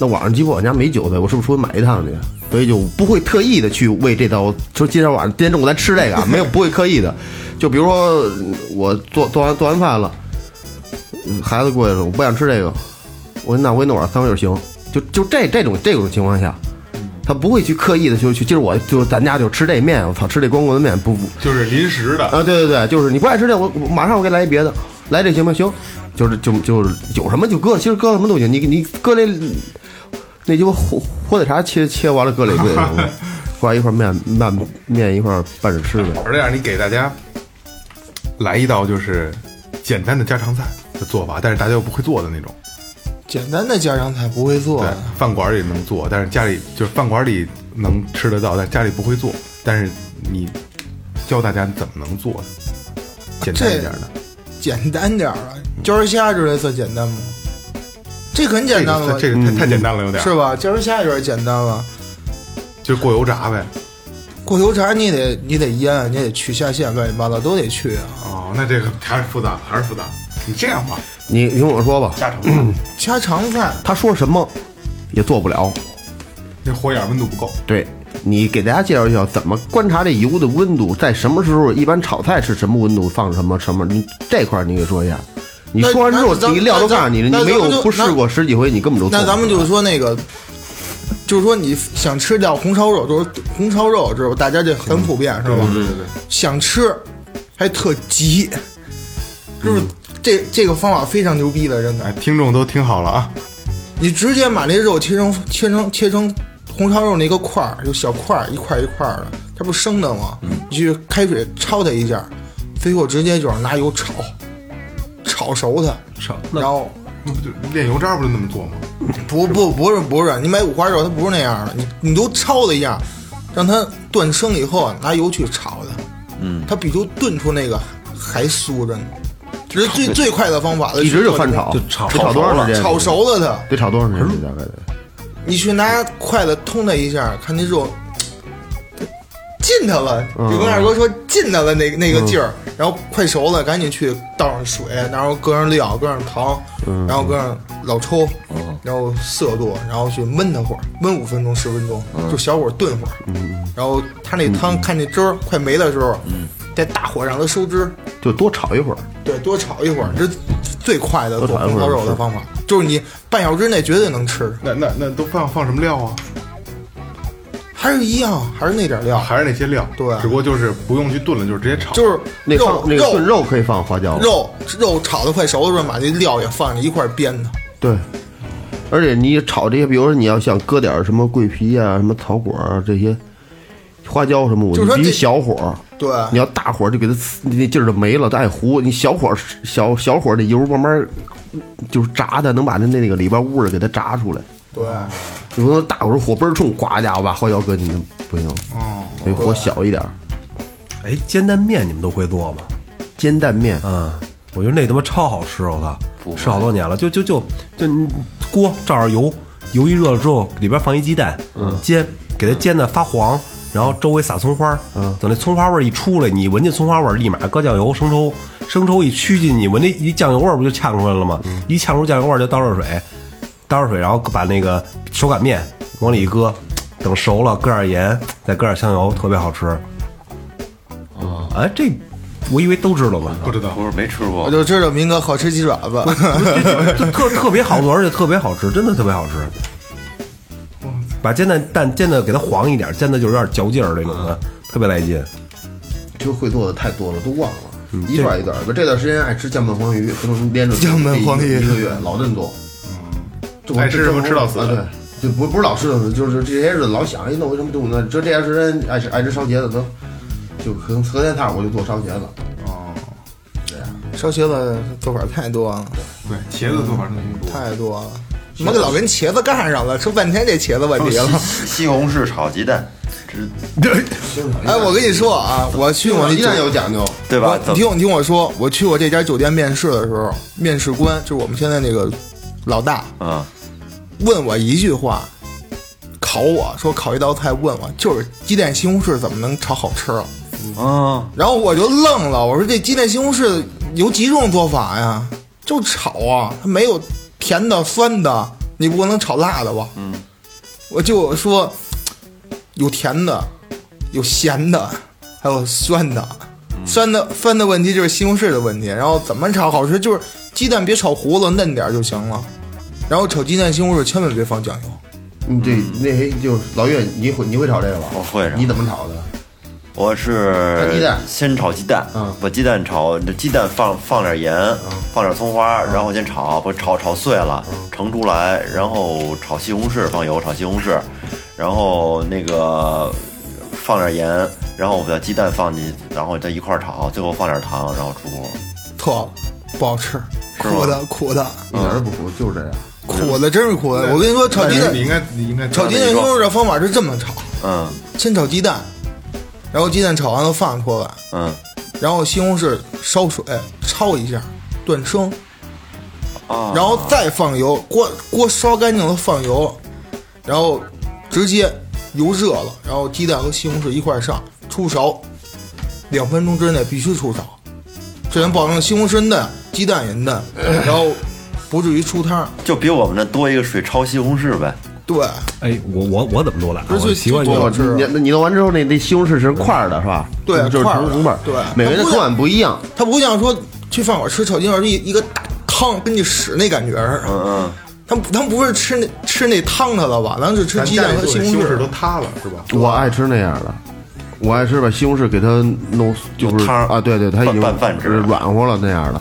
H: 那晚上鸡巴我家没韭菜，我是不是出去买一趟去？所以就不会特意的去为这道，说今天晚上今天中午咱吃这个啊，没有不会刻意的。就比如说嗯我做做完做完饭了，嗯孩子过去了，我不想吃这个，我说那我给你弄碗三文鱼行。就就这这种这种情况下，他不会去刻意的就去，今儿我就咱家就吃这面，我操，吃这光棍子面不不
D: 就是临时的，
H: 啊，对对对，就是你不爱吃这，我我马上我给你来一别的，来这行吗？行，就是就就是有什么就搁，其实搁什么都行，你你搁那那鸡巴火火腿肠切切完了搁里搁里头， 挂一块面面面一块拌着吃呗。
D: 而这样你给大家来一道就是简单的家常菜的做法，但是大家又不会做的那种。
C: 简单的家常菜不会做
D: 对，饭馆里能做，但是家里就是饭馆里能吃得到，但家里不会做。但是你教大家怎么能做，简单一点的，
C: 简单点儿啊，椒虾之类算简单吗？这个很简
D: 这
C: 单
D: 个
C: 了，
D: 这个
H: 嗯
D: 太太简单了，有点
C: 是吧？椒虾有点简单了，
D: 就是过油炸呗。
C: 过油炸你也得你得腌，你也得去下线，乱七八糟都得去啊。
D: 哦，那这个还是复杂，还是复杂。你这样吧，嗯
H: 你你听我说吧，
D: 家常菜
C: 家常菜
H: 他说什么也做不了，
D: 那火眼温度不够，
H: 对你给大家介绍一下怎么观察这油的温度，在什么时候一般炒菜是什么温度放什么什么，你这块儿你给说一下。你
C: 那
H: 说完之后，
C: 那咱
H: 你料都
C: 那咱
H: 告诉你了，
C: 那
H: 你没
C: 咱们
H: 有
C: 就
H: 不试
C: 那
H: 过十几回，你根本就
C: 那
H: 做
C: 咱
H: 不
C: 们
H: 出
C: 就
H: 来
C: 是说那个，就是说你想吃掉红烧肉，就是红烧肉，知道吧？大家这很普遍，是吧？
D: 嗯
C: 对对对。想吃，还特急，就是这这个方法非常牛逼的，真的
D: 哎，。听众都听好了啊，
C: 你直接把那肉切成切成切成红烧肉那个块儿，就小块儿一块儿一块儿的，它不是生的吗？你去开水焯它一下，最后直接就是拿油炒，炒熟它，
F: 炒
C: 然后
D: 那不就炼油渣不就那么做吗？
C: 不不不是不是，你买五花肉它不是那样的，你你都焯它一下，让它断生以后啊拿油去炒它，嗯，它比就炖出那个还酥着呢，这是最最快的方法了，
H: 一直就翻
C: 翻
H: 炒，
F: 炒
H: 得炒多长时间？
C: 炒熟了它。
H: 得炒多长时间？大概得
C: 你去拿筷子通它一下，看那肉进它了，
H: 嗯
C: 就跟二哥说进它了那那个劲儿，然后快熟了，赶紧去倒上水，然后搁上料，搁上糖，
H: 嗯
C: 然后搁上老抽，然后色度，然后去焖它会儿，焖五分钟十分钟，
H: 嗯
C: 就小火炖会儿，然后它那汤看那汁儿快没的时候，再大火让它收汁，
H: 就多炒一会儿。
C: 对，多炒一会儿，这是最快的做
H: 嗯多炒一
C: 红
H: 会儿
C: 烧肉的方法，就是你半小时之内绝对能吃，
D: 那那那都放放什么料啊？
C: 还是一样，还是那点儿料。
D: 还是那些料，
C: 对啊
D: 只不过就是不用去炖了，就是直接炒。
C: 就是
H: 那
C: 肉
H: 放那个
C: 肉
H: 炖肉可以放花椒，
C: 肉肉炒的快熟的时候，把那料也放着一块儿煸的。
H: 对。而且你炒这些，比如说你要想搁点儿什么桂皮啊、什么草果啊这些花椒什么，我
C: 就是说
H: 必须
C: 这
H: 小火。
C: 对，
H: 你要大火就给它呲那劲儿就没了，它爱糊。你小火小小火，这油慢慢就是炸的，能把那那个里边污的给它炸出来。
C: 对，
H: 你不能大火火倍儿冲，呱家伙把花椒搁进去不行，得火小一点儿。
F: 哎，煎蛋面你们都会做吗？
H: 煎蛋面，
F: 嗯，我觉得那他妈超好吃，哦我靠，吃好多年了，就就就就你锅照着油，油一热了之后，里边放一鸡蛋，煎，给它煎的发黄，然后周围撒葱花，嗯，等那葱花味儿一出来，你闻见葱花味儿，立马搁酱油、生抽，生抽一驱进你闻那一酱油味儿不就呛出来了吗？一呛出酱油味儿就倒热水，倒热水，然后把那个手擀面往里一搁，等熟了搁点盐，再搁点香油，特别好吃。哎，这我以为都知道吧？
D: 不知道
E: 不是没吃
C: 我
E: 过，
C: 就知道明哥好吃鸡爪子。
F: 就特特别好做，而且特别好吃，真的特别好吃。把煎蛋蛋煎的给它黄一点，煎的就是有点嚼劲儿那种的，特别来劲。
H: 其实会做的太多了，都忘了。一段一段的，这段时间爱吃酱焖黄鱼，不能连着哎
C: 酱焖黄鱼
H: 一个月老顿做。嗯，
D: 爱吃什么吃到死
H: 啊，对，就不不是老吃到死，就是这些日子老想哎弄一什么东西，就这段时间爱吃爱吃烧茄子，都就可能隔天下午我就做烧茄子。
D: 哦
C: 烧茄子做法太多了，
D: 对茄子做法真的挺多。
C: 太多了。你们老跟茄子干上了，说半天这茄子问题了。
H: 哦
E: 西西红柿炒鸡蛋，这
C: 哎，我跟你说啊，我去我那
H: 鸡
C: 酒
H: 蛋有讲究，
E: 对吧
C: 我？你听我，你听我说，我去我这家酒店面试的时候，面试官就是我们现在那个老大，
E: 啊，
C: 问我一句话，考我说考一道菜，问我就是鸡蛋西红柿怎么能炒好吃啊？
E: 啊，
C: 然后我就愣了，我说这鸡蛋西红柿有几种做法呀？就炒啊，它没有甜的、酸的，你不可能炒辣的吧？嗯，我就说有甜的，有咸的，还有酸的。酸的酸的问题就是西红柿的问题，然后怎么炒好吃就是鸡蛋别炒糊了，嫩点儿就行了。然后炒鸡蛋西红柿千万别放酱油，
H: 嗯，对，那谁就是老岳，你会你会炒这个吧？
E: 我会着啊
H: 你怎么炒的？
E: 我是
H: 炒鸡蛋
E: 先炒鸡蛋
H: 嗯，
E: 把鸡蛋炒，这鸡蛋放放点盐，放点葱花，然后先炒，把炒炒碎了，盛出来，然后炒西红柿，放油炒西红柿，然后那个放点盐，然后我把鸡蛋放进去，然后再一块儿炒，最后放点糖，然后出锅。
C: 特不好吃，苦的苦的
H: 一
E: 嗯
H: 点都不苦，就是这样。
C: 苦的，真是苦的。我跟你说，炒鸡蛋
D: 你应该你应该
C: 炒鸡蛋西红柿的方法是这么炒：
E: 嗯
C: 先炒鸡蛋，然后鸡蛋炒完了放出来，
E: 嗯
C: 然后西红柿烧水焯一下，断生，
E: 啊，
C: 然后再放油，锅锅烧干净了放油，然后直接油热了，然后鸡蛋和西红柿一块儿上，出勺，两分钟之内必须出勺，这能保证西红柿嫩，鸡蛋也嫩，然后不至于出汤。
E: 就比我们那多一个水焯西红柿呗。
C: 对，
F: 哎，我我我怎么多懒？
C: 不是
F: 我
C: 最
F: 习惯
C: 最
F: 就
C: 好
F: 是
C: 吃的
H: 你你你弄完之后，那那西红柿是块儿的，是吧？
C: 对
H: 就是
C: 块儿
H: 成
C: 的
H: 成块儿。
C: 对
H: 每个人的口感不一样。
C: 它不像说去饭馆吃炒鸡肉是一一个大汤跟你使那感觉似的。
E: 嗯
C: 他们咱们不是吃那吃那汤它了吧？咱是吃
D: 咱
C: 鸡
D: 家
C: 蛋
D: 里
C: 和
D: 做
C: 西
D: 的
C: 红
D: 西红
C: 柿
D: 柿都塌了是吧？
H: 我爱吃那样的，我爱吃把西红柿给它弄，就是
E: 汤儿
H: 啊，对对，它已经
E: 拌饭吃
H: 软和了那样的。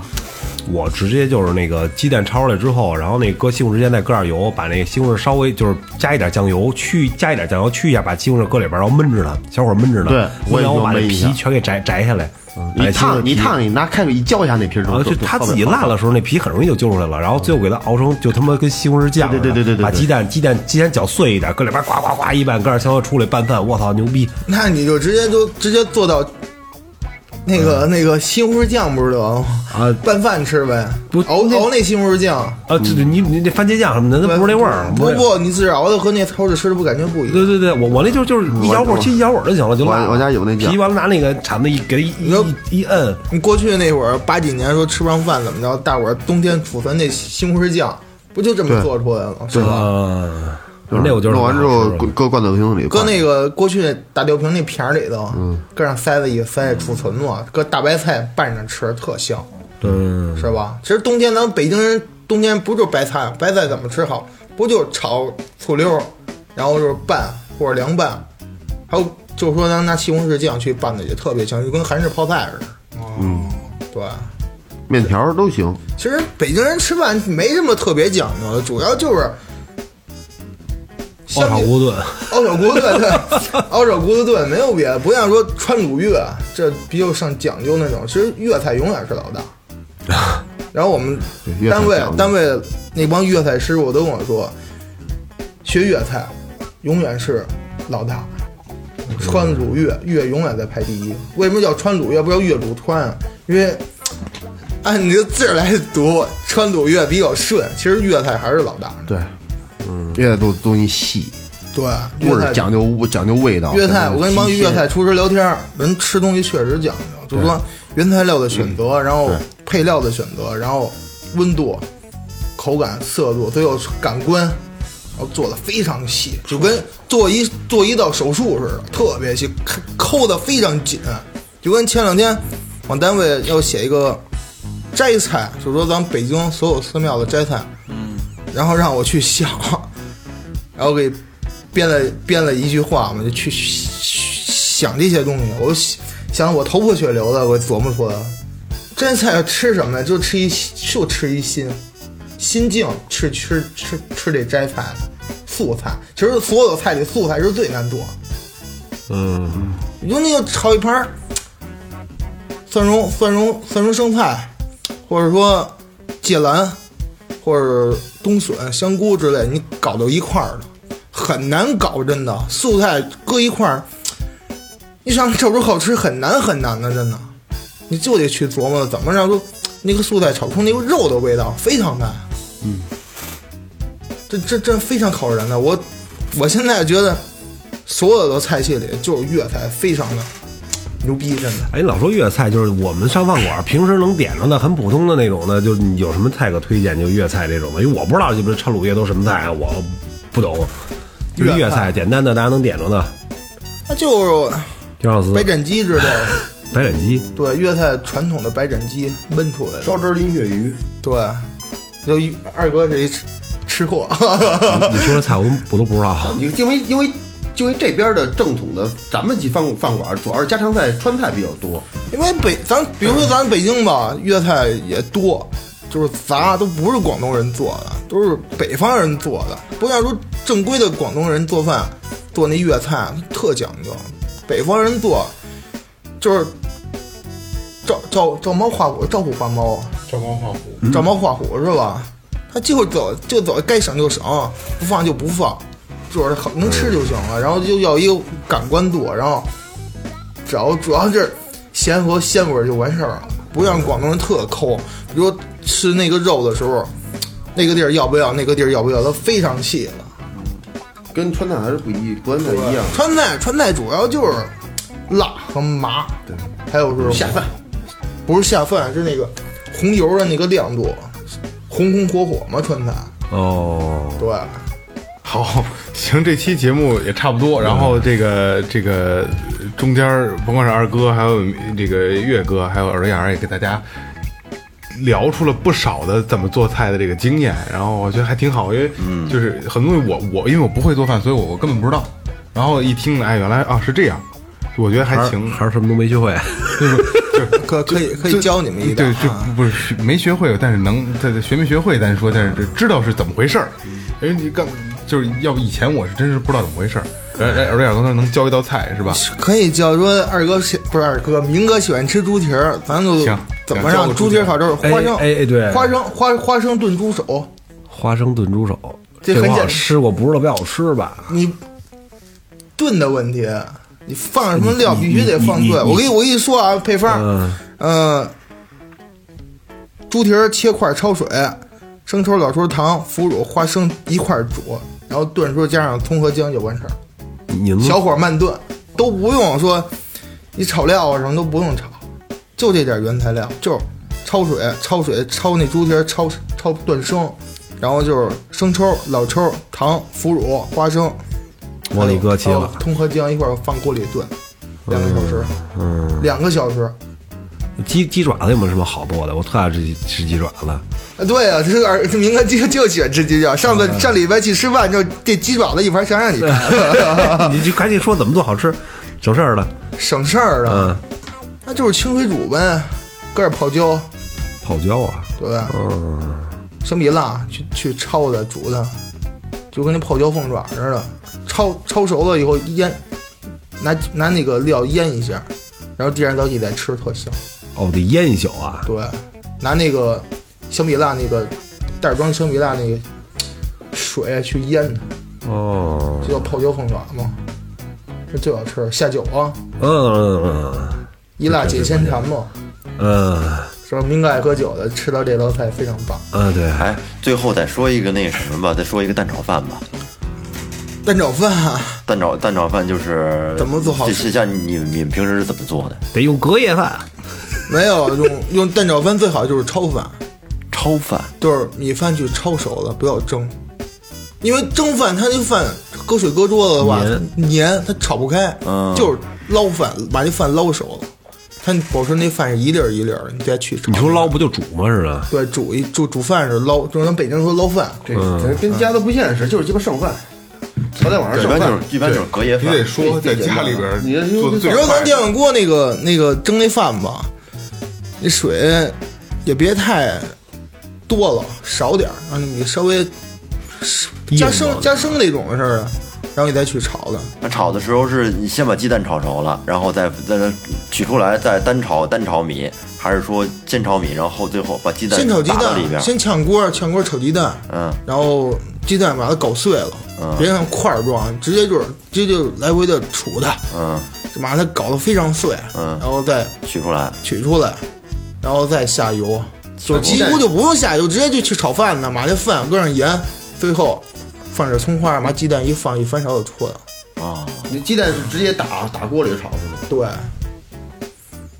F: 我直接就是那个鸡蛋焯出来之后，然后那搁西红柿先再搁点油，把那西红柿稍微就是加一点酱油去加一点酱油去一下，把西红柿搁里边，然后焖着它，小火焖着它，
H: 对我也
F: 然后
H: 就
F: 把那
H: 焖一下
F: 皮全给摘摘下来，把那
H: 你
F: 西红柿
H: 烫你
F: 皮
H: 烫你拿开水一浇一下那皮儿
F: 然
H: 就
F: 后
H: 啊就
F: 啊就它
H: 特别
F: 自己
H: 棒
F: 烂的时候，那皮很容易就揪出来了。然后最后给它熬成就他妈跟西红柿酱似的。
H: 对对对对对对
F: 把鸡蛋鸡蛋鸡蛋搅碎一点，搁里边呱呱呱一拌，搁点香油出来拌饭。我操，牛逼！
C: 那你就直接就直接做到那个、那个西红柿酱不是得了吗？
F: 啊
C: 拌饭吃呗，
F: 不
C: 熬熬那西红柿酱，
F: 啊，这这
H: 嗯
F: 你你那番茄酱什么的，那不是那味儿。
C: 不
F: 是
C: 不，你自己熬的和那超市吃的不感觉不一样。
F: 对对对，我我那就就是一摇火，其实一摇火就行了，就烂了。
H: 我我家有那酱
F: 皮完了拿那个铲子一给它一
C: 要
F: 一一摁，
C: 你过去那会儿八几年说吃不上饭怎么着，大伙儿冬天储存那西红柿酱，不就这么
H: 对
C: 做出来了是吧？
F: 嗯，
H: 就是
F: 那我就是
H: 弄完之后搁搁罐头瓶里，
C: 搁那个过去大吊瓶那瓶儿里头，搁上塞子一塞，储存嘛，搁大白菜拌着吃，特香，
F: 嗯，
C: 是吧？其实冬天咱们北京人冬天不就是白菜吗，白菜怎么吃好？不就是炒醋溜儿，然后就是拌或者凉拌，还有就是说咱拿西红柿酱去拌的也特别香，就跟韩式泡菜似的。嗯，对。
H: 面条儿都行。
C: 其实北京人吃饭没什么特别讲究的，主要就是
F: 爆炒锅炖，
C: 熬小骨炖， 对，熬小骨子炖没有别的，不像说川鲁粤这比较上讲究那种。其实粤菜永远是 老大。然后我们
H: 粤菜
C: 单位
H: 讲究
C: 单位那帮粤菜师傅都跟我说，学粤菜永远是老大，
H: 嗯
C: 川鲁粤粤永远在排第一。为什么叫川鲁粤不叫粤鲁川啊？因为按你的字儿来读，川鲁粤比较顺。其实粤菜还是老大，
H: 对，嗯，粤菜做东西细，
C: 对，
H: 味
C: 粤
H: 儿
C: 菜
H: 讲究讲究味道。
C: 粤菜，我跟一帮
H: 新
C: 粤
H: 鲜
C: 菜厨师聊天儿，人吃东西确实讲究，就是说原材料的选择，然后配料的选择，然后温度、口感、色度都有感官，然后做的非常细，就跟做一做一道手术似的，特别细，抠抠的非常紧。就跟前两天往单位要写一个摘菜，就说咱们北京所有寺庙的摘菜，然后让我去 想，然后给编了编了一句话嘛，就去想这些东西。我想想我头破血流的，我琢磨出来了，这菜要吃什么呀？就吃一就吃一心，心境吃吃吃吃这摘菜，素菜。其实所有菜里素菜是最难做。
F: 嗯，
C: 你就那个炒一盘儿蒜蓉、蒜蓉、蒜蓉生菜，或者说芥兰，或者冬笋、香菇之类，你搞到一块儿了，很难搞，真的。素菜搁一块儿，你想炒出好吃很难很难的，真的。你就得去琢磨怎么让出那个素菜炒出那个肉的味道，非常难。嗯，这这这非常考人的。我我现在觉得所有的菜系里，就是粤菜非常的牛逼，真的。
F: 哎，老说粤菜，就是我们上饭馆平时能点上的很普通的那种的，就是你有什么菜可推荐？就粤菜这种的，因为我不知道这不是川鲁粤都什么菜啊，我不懂。就是粤
C: 粤
F: 菜，简单的大家能点着的，
C: 那就是
F: 就上司
C: 白斩鸡之类的，
F: 白斩 鸡，
C: 对，粤菜传统的白斩鸡焖出来的，
I: 汁林鳕鱼，
C: 对，就一二哥是一吃吃货，
F: 你说这菜我都我都不知道。
H: 因因为因为因为这边的正统的咱们几饭饭馆，主要是家常菜、川菜比较多。
C: 因为北咱比如说咱北京吧，粤菜也多，就是杂都不是广东人做的，都是北方人做的。不像说正规的广东人做饭，做那粤菜特讲究，北方人做就是照照照猫画虎，照虎画猫，
D: 照猫画虎，
C: 照猫画虎是吧？他就走就走，该省就省，不放就不放，就是好能吃就行了。然后就要一个感官度，然后只要主要是咸和鲜味儿就完事儿了，不像广东人特抠。比如吃那个肉的时候，那个地儿要不要，那个地儿要不要，它非常细的。
H: 跟川菜还是不一，不太一样。
C: 川菜川菜主要就是辣和麻，对，还有是下饭，不是下饭，是那个红 油的那个亮度，红红火火嘛，川菜。
F: 哦，
C: 对，
D: 好，行，这期节目也差不多。然后这个这个中间儿，甭管是二哥，还有这个岳哥，还有耳朵眼儿，也给大家聊出了不少的怎么做菜的这个经验。然后我觉得还挺好，因为就是很多东西我我因为我不会做饭，所以我我根本不知道。然后一听，哎，原来啊是这样，我觉得还行。
F: 还是什么都没学会。
C: 可可以可以教你们一道
D: 对，就
C: 啊
D: 不是学没学会，但是能在这学没学会，咱说，但是知道是怎么回事儿。因为你刚就是要不以前我是真是不知道怎么回事儿，哎而而而且刚才能教一道菜是吧？
C: 可以叫说二哥喜不是二哥，明哥喜欢吃猪蹄儿，咱就
D: 行
C: 怎么
D: 教个
C: 让
D: 猪
C: 猪蹄
D: 蹄儿
C: 儿炒肉？
F: 哎
C: 花生
F: 哎哎对
C: 花生花花生炖猪手，
F: 花生炖猪手，
C: 这
F: 我
C: 很
F: 好
C: 简
F: 像吃过，不知道不好吃吧？
C: 你炖的问题，你放什么料必须得放
F: 你你
C: 对。
F: 你
C: 我给你我给你说啊，配方，
F: 嗯
C: 呃，猪蹄儿切块焯水，生抽、老抽、糖、腐乳、花生一块煮，然后炖熟加上葱和姜就完事儿。
F: 您
C: 小火慢炖，都不用说你炒料啊什么都不用炒，就这点原材料，就是焯水、焯水、焯那猪蹄儿、焯焯断生，然后就是生抽、老抽、糖、腐乳、花生，
F: 往里搁切
C: 还有
F: 了，
C: 葱和姜一块儿放锅里炖，两个小时，嗯，两个小时。
F: 鸡鸡爪子有没有什么好做的？我特爱吃鸡吃鸡爪子，
C: 啊，对啊，这是耳明哥就就喜欢吃鸡爪。上
F: 嗯
C: 次上礼拜去吃饭之后，这鸡爪子一盘全让你看 了，
F: 你就赶紧说怎么做好吃，省事儿了。
C: 省事儿啊。
F: 嗯，
C: 那就是清水煮呗，搁点泡椒，
F: 泡椒啊，
C: 对吧？嗯生米辣去去焯的煮的，就跟那泡椒凤爪似的，焯焯熟了以后腌，拿拿那个料腌一下，然后第二天早起再吃，特香。
F: 哦，得腌一宿啊。
C: 对，拿那个小米辣那个袋装小米辣那个水去腌它，
F: 哦，
C: 就叫泡椒凤爪嘛，这最好吃。下酒啊，
F: 嗯嗯
C: 一辣解千馋嘛。
F: 嗯嗯
C: 说明哥爱喝酒的，吃到这道菜非常棒。
F: 嗯，对，
E: 哎，最后再说一个那什么吧，再说一个蛋炒饭吧。
C: 蛋炒饭，啊
E: 蛋炒蛋炒饭就是
C: 怎么做好
E: 这
C: 吃
E: 这像你你们平时是怎么做的？
F: 得用隔夜饭。
C: 没有用用蛋炒饭最好就是焯饭，
E: 焯饭
C: 就是米饭去焯熟了，不要蒸，因为蒸饭它那饭搁水搁多了的话黏，它炒不开，
E: 嗯
C: 就是捞饭把那饭捞熟了，它保持那饭是一粒儿一粒儿，你再去炒。
F: 你说捞不就煮吗？是吧？
C: 对煮一煮煮饭是捞，就是咱北京说捞饭，
F: 哦
H: 这这跟家都不现实，就是鸡巴剩饭，昨天晚上
E: 一
H: 剩
E: 般
H: 饭
E: 就是一般就是隔夜
D: 你
E: 饭，
D: 得说在家里边儿
H: 你这
D: 做的最
C: 你说
D: 快
C: 咱电饭锅那个那个蒸那饭吧，那水也别太多了，少点儿，让你稍微加生加生那种的事儿的，然后你再去炒的。
E: 那炒的时候是你先把鸡蛋炒熟了，然后再再再取出来，再单炒单炒米，还是说先炒米，然后最后把鸡蛋
C: 先炒鸡
E: 打到
C: 蛋
E: 里边，？
C: 先炝锅，炝锅炒鸡蛋，
E: 嗯，
C: 然后鸡蛋把它搞碎了，
E: 嗯
C: 别让它块儿状，直接就是直接就来回的杵它，
E: 嗯，
C: 就把它搞得非常碎，
E: 嗯
C: 然后再
E: 取出来，
C: 取出来，然后再下油，就几乎就不用下油，直接就去炒饭呢，把这饭搁上盐，最后放点葱花，把鸡蛋一放，一翻勺就出来了。
E: 哦
H: 你鸡蛋是直接打打锅里炒是吗？
C: 对，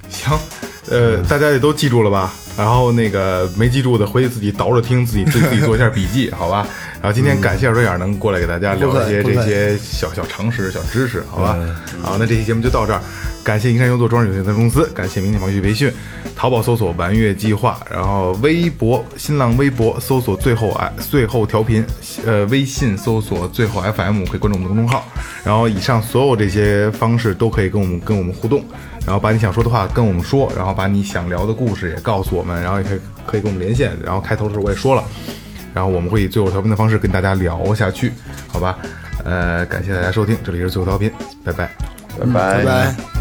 D: 行，呃，大家也都记住了吧？然后那个没记住的，回去自己倒着听，自己自己自己做一下笔记， 好吧？然后今天感谢瑞眼能过来给大家聊一些这些小小常识、小知识，好吧？好，那这期节目就到这儿，感谢银山优作装饰有限责任公司，感谢明天毛旭培训，淘宝搜索“玩乐计划”，然后微博、新浪微博搜索“最后哎最后调频”，呃，微信搜索“最后 FM” 可以关注我们的公众号。然后以上所有这些方式都可以跟我们跟我们互动。然后把你想说的话跟我们说，然后把你想聊的故事也告诉我们，然后也可以可以跟我们连线。然后开头的时候我也说了，然后我们会以最后调频的方式跟大家聊下去，好吧？呃，感谢大家收听，这里是最后调频，拜拜。
E: 拜拜
C: 拜拜